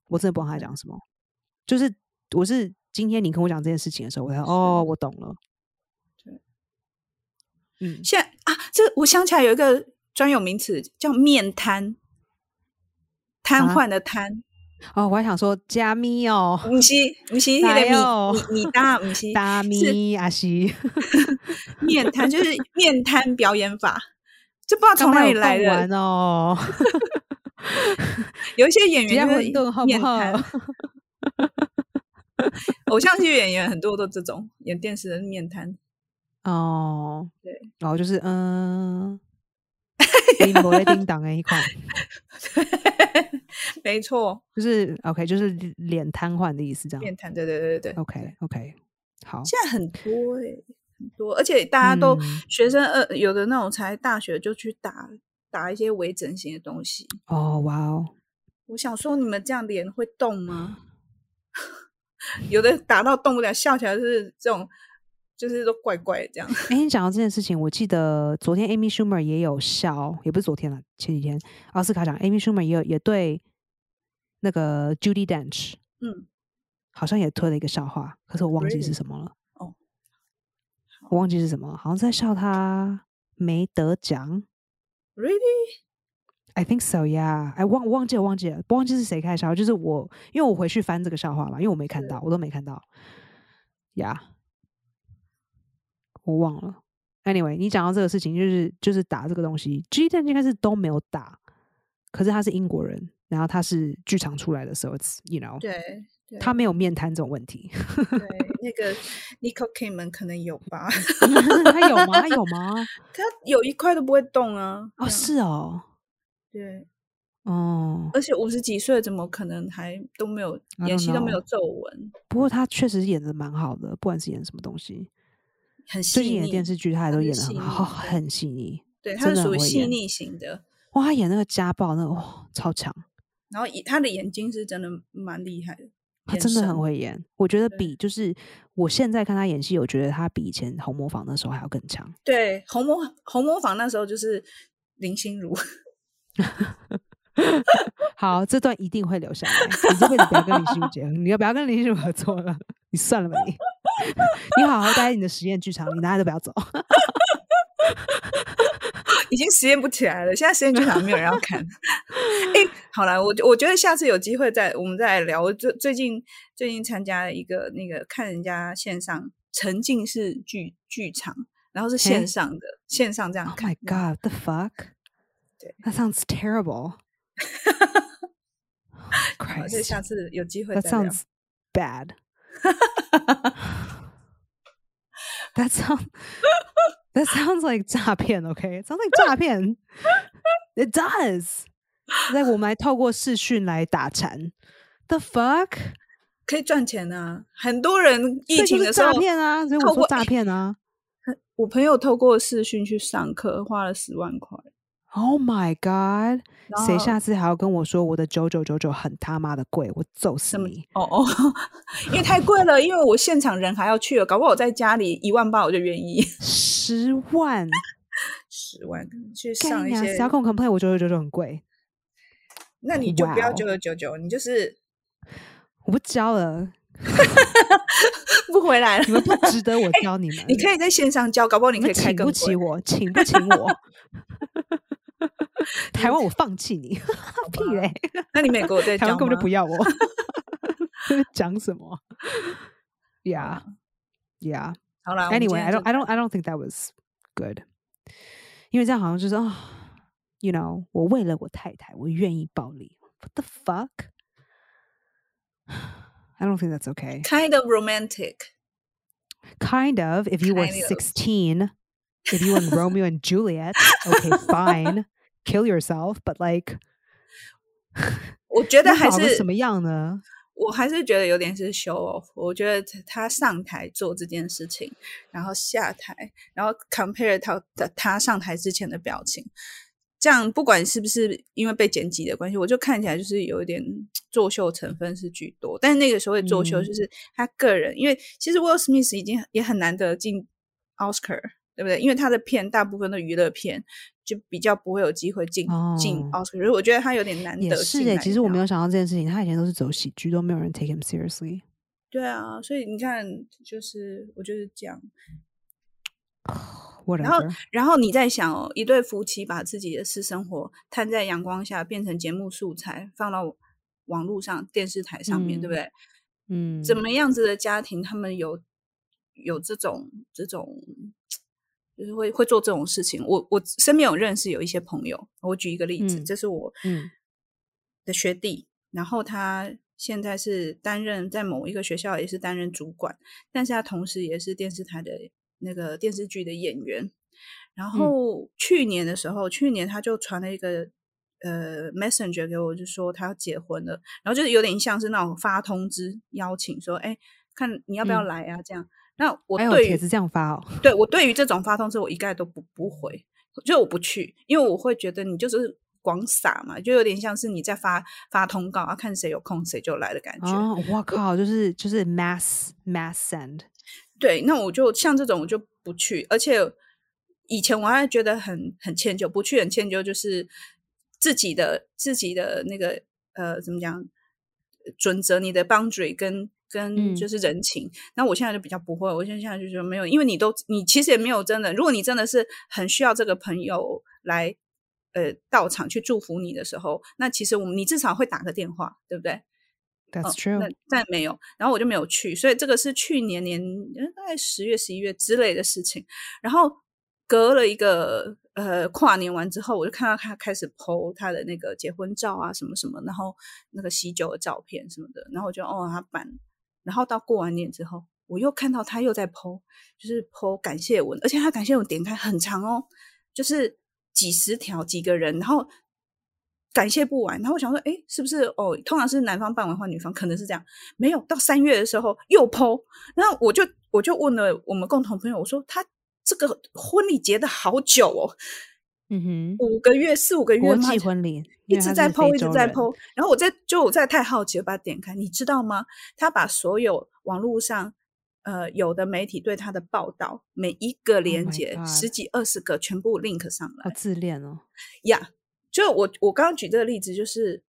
A: 我真的不懂他讲什么。就是我是今天你跟我讲这件事情的时候，我才哦，我懂了。
B: 对，
A: 嗯，
B: 现在啊，这我想起来有一个专有名词叫面瘫，瘫
A: 啊
B: 痪的瘫，
A: 哦，我还想说加密哦，
B: 不是不是那
A: 来
B: 个
A: 哦
B: 米米米搭不是
A: 达咪 阿西，
B: 面瘫，就是面瘫表演法，就不知道
A: 刚
B: 从哪
A: 才
B: 里
A: 有
B: 来
A: 贡
B: 的
A: 丸。哦，
B: 有一些演
A: 只要
B: 员就
A: 混
B: 是
A: 沌好不
B: 面瘫
A: 好？
B: 偶像剧演员很多都这种演电视的面瘫，
A: 哦，
B: 对，
A: 然 后就是嗯，林伯的叮当的一款，
B: 没错，
A: 就是 OK，就是脸瘫痪的意思，这样
B: 面。瘫，对对对对对。
A: OK OK，好，
B: 现在很多哎、很多，而且大家都、
A: 嗯
B: 学生呃，有的那种才大学就去打打一些微整形的东西。
A: 哦，哇哦，
B: 我想说，你们这样脸会动吗？ 有的
A: 嗯
B: 打到动不了，笑起来就是这种，就是都怪怪的这样。
A: 哎，你讲到这件事情，我记得昨天 Amy Schumer 也有笑，也不是昨天了，前几天奥斯卡奖 Amy Schumer 也有也对那个 Judy Dench
B: 嗯，
A: 好像也推了一个笑话，可是我忘记是
B: Really？
A: 什么了。
B: 哦，
A: 我忘记是什么了，好像在笑他没得奖。
B: Really？
A: I think so, yeah. 哎，忘忘记了，忘记了，不忘记是谁开的笑话，就是我，因为我回去翻这个笑话嘛，因为我没看到，我都没看到。呀、我忘了。Anyway，你讲到这个事情，就是就是打这个东西，G 蛋应该是都没有打，可是他是英国人，然后他是剧场出来的时候，you know，
B: 对，对
A: 他没有面瘫这种问题，
B: 对那个 Nicole Kidman 可能有吧，
A: 他有吗？他有吗？
B: 他有一块都不会动啊。
A: 哦，
B: 这样
A: 是哦，
B: 对，
A: 哦，
B: 而且五十几岁怎么可能还都没有
A: I
B: 演
A: don't
B: 戏都没
A: know
B: 有皱纹，
A: 不过他确实演的蛮好的，不管是演什么东西，
B: 很细
A: 最近演的
B: 腻。
A: 电视剧他也
B: 他
A: 都
B: 是
A: 演的很
B: 细腻对
A: 好，很细腻。
B: 对，他
A: 真
B: 是
A: 的
B: 属
A: 很
B: 于
A: 会
B: 细
A: 演
B: 腻型的，
A: 哇，他演那个家暴那个哇，超强，
B: 然后以他的眼睛是真的蛮厉害的，
A: 他
B: 眼
A: 啊真的
B: 神
A: 很会演。我觉得
B: 对
A: 比就是我现在看他演戏，我觉得他比以前红模仿的时候还要更强。
B: 对，红魔红魔坊那时候就是林心如，
A: 好，这段一定会留下来。你这辈子不要跟林心如结婚，你要不要跟林心如合作了？你算了吧你， 你好好待在你的实验剧场，你哪里都不要走。
B: 已经实验不起来了。现在实验剧场没有人要看。哎、好了，我我觉得下次有机会再我们再来聊。我最最近最近参加了一个那个看人家线上沉浸式剧剧场，然后是线
A: 嘿
B: 上的线上这样
A: Oh
B: 看
A: my。god, the fuck!
B: 对
A: That sounds terrible. Christ.
B: 好所以下次有机会
A: That
B: 再聊。
A: sounds bad. that sounds that sounds like 诈骗。Okay, it sounds like 诈骗。It does. 在我们来透过视讯来打禅。The fuck？
B: 可以赚钱啊！很多人疫
A: 这就
B: 情
A: 是
B: 的时
A: 诈
B: 候，
A: 骗啊！所以我
B: 透
A: 说
B: 过
A: 诈骗啊。
B: 我朋友透过视讯去上课，花了十万块。
A: Oh my god！
B: 然
A: 谁
B: 后
A: 下次还要跟我说我的九九九九很他妈的贵，我揍死
B: 什么
A: 你！
B: 哦哦， 因为太贵了，因为我现场人还要去了，搞不好我在家里一万八我就愿意
A: 十万，
B: 十万去
A: 干啊
B: 上
A: 你
B: 一
A: 娘！
B: 些
A: 谁。要跟我 complain 我九九九九很贵？
B: 那你就不要
A: 哇哦
B: 九九九九，你 就是
A: 我不教了，
B: 不回来了
A: 你。们不值得我教你们。
B: 哎你可以在线上教，搞不好你
A: 你
B: 可
A: 们
B: 以开
A: 请
B: 更
A: 不
B: 贵
A: 起。我，请不请我？台湾我放弃你，屁嘞！
B: 那你美国有在
A: 台
B: 教
A: 湾根本
B: 吗
A: 就？不要我，讲什么？Yeah, yeah.
B: 好啦我们今
A: Anyway, I
B: 天
A: don't,
B: 就
A: I don't, I don't think that was good. 因为这样好像就是啊、y o u know，我为了我太太，我愿意暴力。What the fuck? I don't think that's okay.
B: kind of romantic。
A: Kind of. If you were
B: Kind of.
A: 16, if you were in Romeo and Juliet, okay, fine. Kill yourself, but like
B: 我觉得
A: 那
B: 还
A: 搞得
B: 是
A: 怎么样呢？
B: 我还是觉得有点是 show off。我觉得他上台做这件事情，然后下台，然后 compare 他的他上台之前的表情，这样不管是不是因为被剪辑的关系，我就看起来就是有一点作秀成分是居多。但是那个时候的作秀
A: 嗯
B: 就是他个人，因为其实 Will Smith 已经也很难得进 Oscar，对不对？因为他的片大部分都娱乐片。就比较不会有机会进、进
A: 哦
B: Oscar，所以我觉得他有点难
A: 也
B: 得
A: 是
B: 进
A: 诶、
B: 来
A: 其实我
B: 这样
A: 没有想到这件事情，他以前都是走喜剧，都没有人 take him seriously。
B: 对啊，所以你看，就是我就是这样。
A: Whatever，
B: 然后你在想哦，一对夫妻把自己的私生活摊在阳光下，变成节目素材，放到网络上、电视台上面，对不
A: 嗯
B: 对？
A: 嗯，
B: 怎么样子的家庭，他们有有这种这种，就是会会做这种事情。我我身边有认识有一些朋友，我举一个例子，
A: 嗯
B: 这是我
A: 嗯
B: 的学弟，然后他现在是担任在某一个学校也是担任主管，但是他同时也是电视台的那个电视剧的演员。
A: 嗯
B: 然后去年的时候，去年他就传了一个呃 messenger 给我，就说他要结婚了，然后就是有点像是那种发通知邀请，说哎，看你要不要
A: 嗯
B: 来啊、这样。那我
A: 还有
B: 对于
A: 帖子这样发哦，
B: 对我对于这种发通知，我一概都不不回，就我不去，因为我会觉得你就是广撒嘛，就有点像是你在发发通告啊，看谁有空谁就来的感觉。
A: 啊，哇靠，就是就是 mass mass send，
B: 对，那我就像这种我就不去，而且以前我还觉得很很歉疚，不去很歉疚，就是自己的自己的那个呃怎么讲准则，你的 boundary 跟跟
A: 嗯
B: 就是人情。那、我现在就比较不会，我现在就觉得没有，因为你都你其实也没有真的，如果你真的是很需要这个朋友来。呃，到场去祝福你的时候，那其实我们你至少会打个电话，对不对？
A: That's
B: 嗯
A: true，、
B: 那但没有，然后我就没有去，所以这个是去年年呃大概十月、十一月之类的事情。然后隔了一个呃跨年完之后，我就看到他开始 PO 他的那个结婚照啊什么什么，然后那个喜酒的照片什么的，然后我就哦他办了，然后到过完年之后，我又看到他又在 PO，就是 PO 感谢文，而且他感谢文点开很长哦，就是几十条几个人，然后感谢不完。然后我想说，诶，是不是哦？通常是男方办完换女方，可能是这样。没有到三月的时候又剖，然后我就我就问了我们共同朋友，我说他这个婚礼结的好久哦，
A: 嗯
B: 五个月四五个
A: 哼，
B: 月
A: 国
B: 吗
A: 际婚礼
B: 一直在
A: 剖
B: 剖，一直在剖。然后我在就我在太好奇了，把它点开，你知道吗？他把所有网络上呃有的媒体对他的报道，每一个连
A: Oh my
B: 接、
A: God
B: 十几二十个全部 link 上来
A: 好。自恋哦，
B: 呀就我我刚刚举这个例子，就是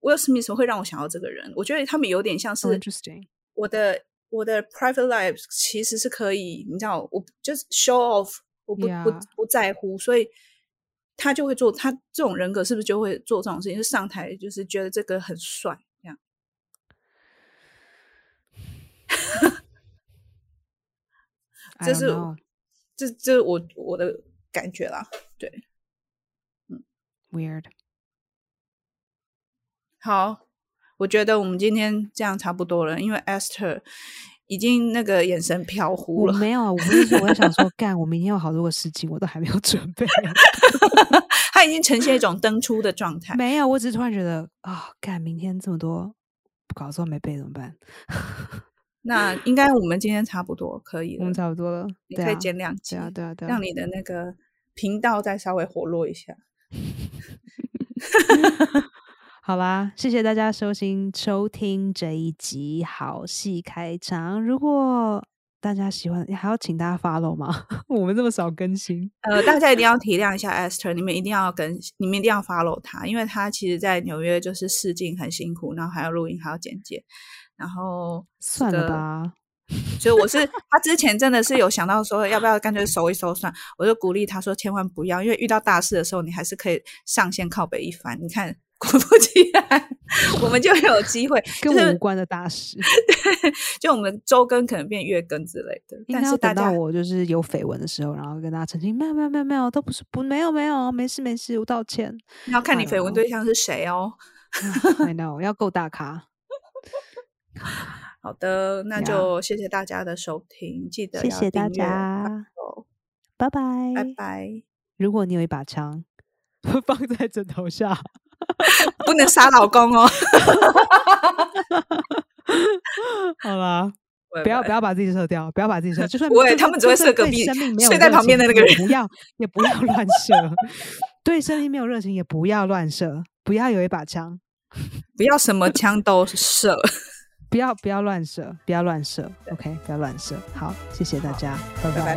B: Will Smith 会让我想到这个人。我觉得他们有点像是
A: so interesting，
B: 我的我的 private life 其实是可以，你知道，我就是 show off，我不
A: Yeah.
B: 不不在乎，所以他就会做，他这种人格是不是就会做这种事情？就上台就是觉得这个很帅，这样。
A: I
B: 这
A: don't
B: 是
A: know
B: 这这是我我的感觉啦。
A: weird。
B: 好，我觉得我们今天这样差不多了，因为 Esther 已经那个眼神飘忽
A: 我
B: 了。
A: 没有，啊我不是说我在想说，干，我明天有好多个事情，我都还没有 准备。啊
B: 他已经呈现一 种登出的状态。
A: 没有，我只是突然觉得啊，干，明天这么多稿子都没背怎么办？
B: 那应该我们今天差不多可以了
A: 我们，嗯差不多了，
B: 你
A: 对
B: 可以
A: 啊
B: 减两集，
A: 对啊，对啊，对啊
B: 让，你的那个频道再稍微活络一下。
A: 好啦，谢谢大家收听收听这一集好戏开场。如果大家喜欢，还要请大家 follow 吗？ 我们这么少更新，
B: 呃，大家一定要体谅一下 Esther，你们一定要跟，你们一定要 follow 他，因为他其实在纽约就是试镜很辛苦，然后还要录音，还要剪接，然后
A: 算了
B: 的
A: 吧。
B: 所以我是他之前真的是有想到说要不要干脆收一收算，我就鼓励他说千万不要，因为遇到大事的时候你还是可以上线靠北一番。你看，果不其然，我们就有机会，
A: 跟
B: 就
A: 我无
B: 是
A: 关的大 事，
B: 就我们周更可能变月更之类的，
A: 应
B: 但
A: 该
B: 是
A: 要
B: 大
A: 等
B: 家
A: 到我就是有绯闻的时候，然后跟大家澄清，没有没有没有没有，都不是不没有没有，没事没事，我道歉。
B: 你要看你
A: 哎呦
B: 绯闻对象是谁哦。
A: I know，要够大咖，
B: 好的，那
A: 呀
B: 就谢谢大家的收听，记得
A: 谢
B: 要
A: 谢大
B: 订阅
A: 家，
B: 哦
A: 拜
B: 拜
A: 拜。
B: 拜，
A: 如果你有一把枪， 放在枕头下，
B: 不能杀老公哦，
A: 好啦，不要不
B: 要，
A: 要把自己射掉，不要把自己射，就算
B: 不会
A: 就
B: 他们只会
A: 就算
B: 射隔
A: 对
B: 壁
A: 生命没有
B: 睡在
A: 热
B: 旁边
A: 情
B: 的那个
A: 也
B: 人
A: 不要也不要乱射，对生命没有热情也不要乱射，不要有一把枪，
B: 不要什么枪都射，
A: 不要不要乱射，不要乱射，OK，不要乱射，好，谢谢大家，
B: 拜
A: 拜
B: 拜。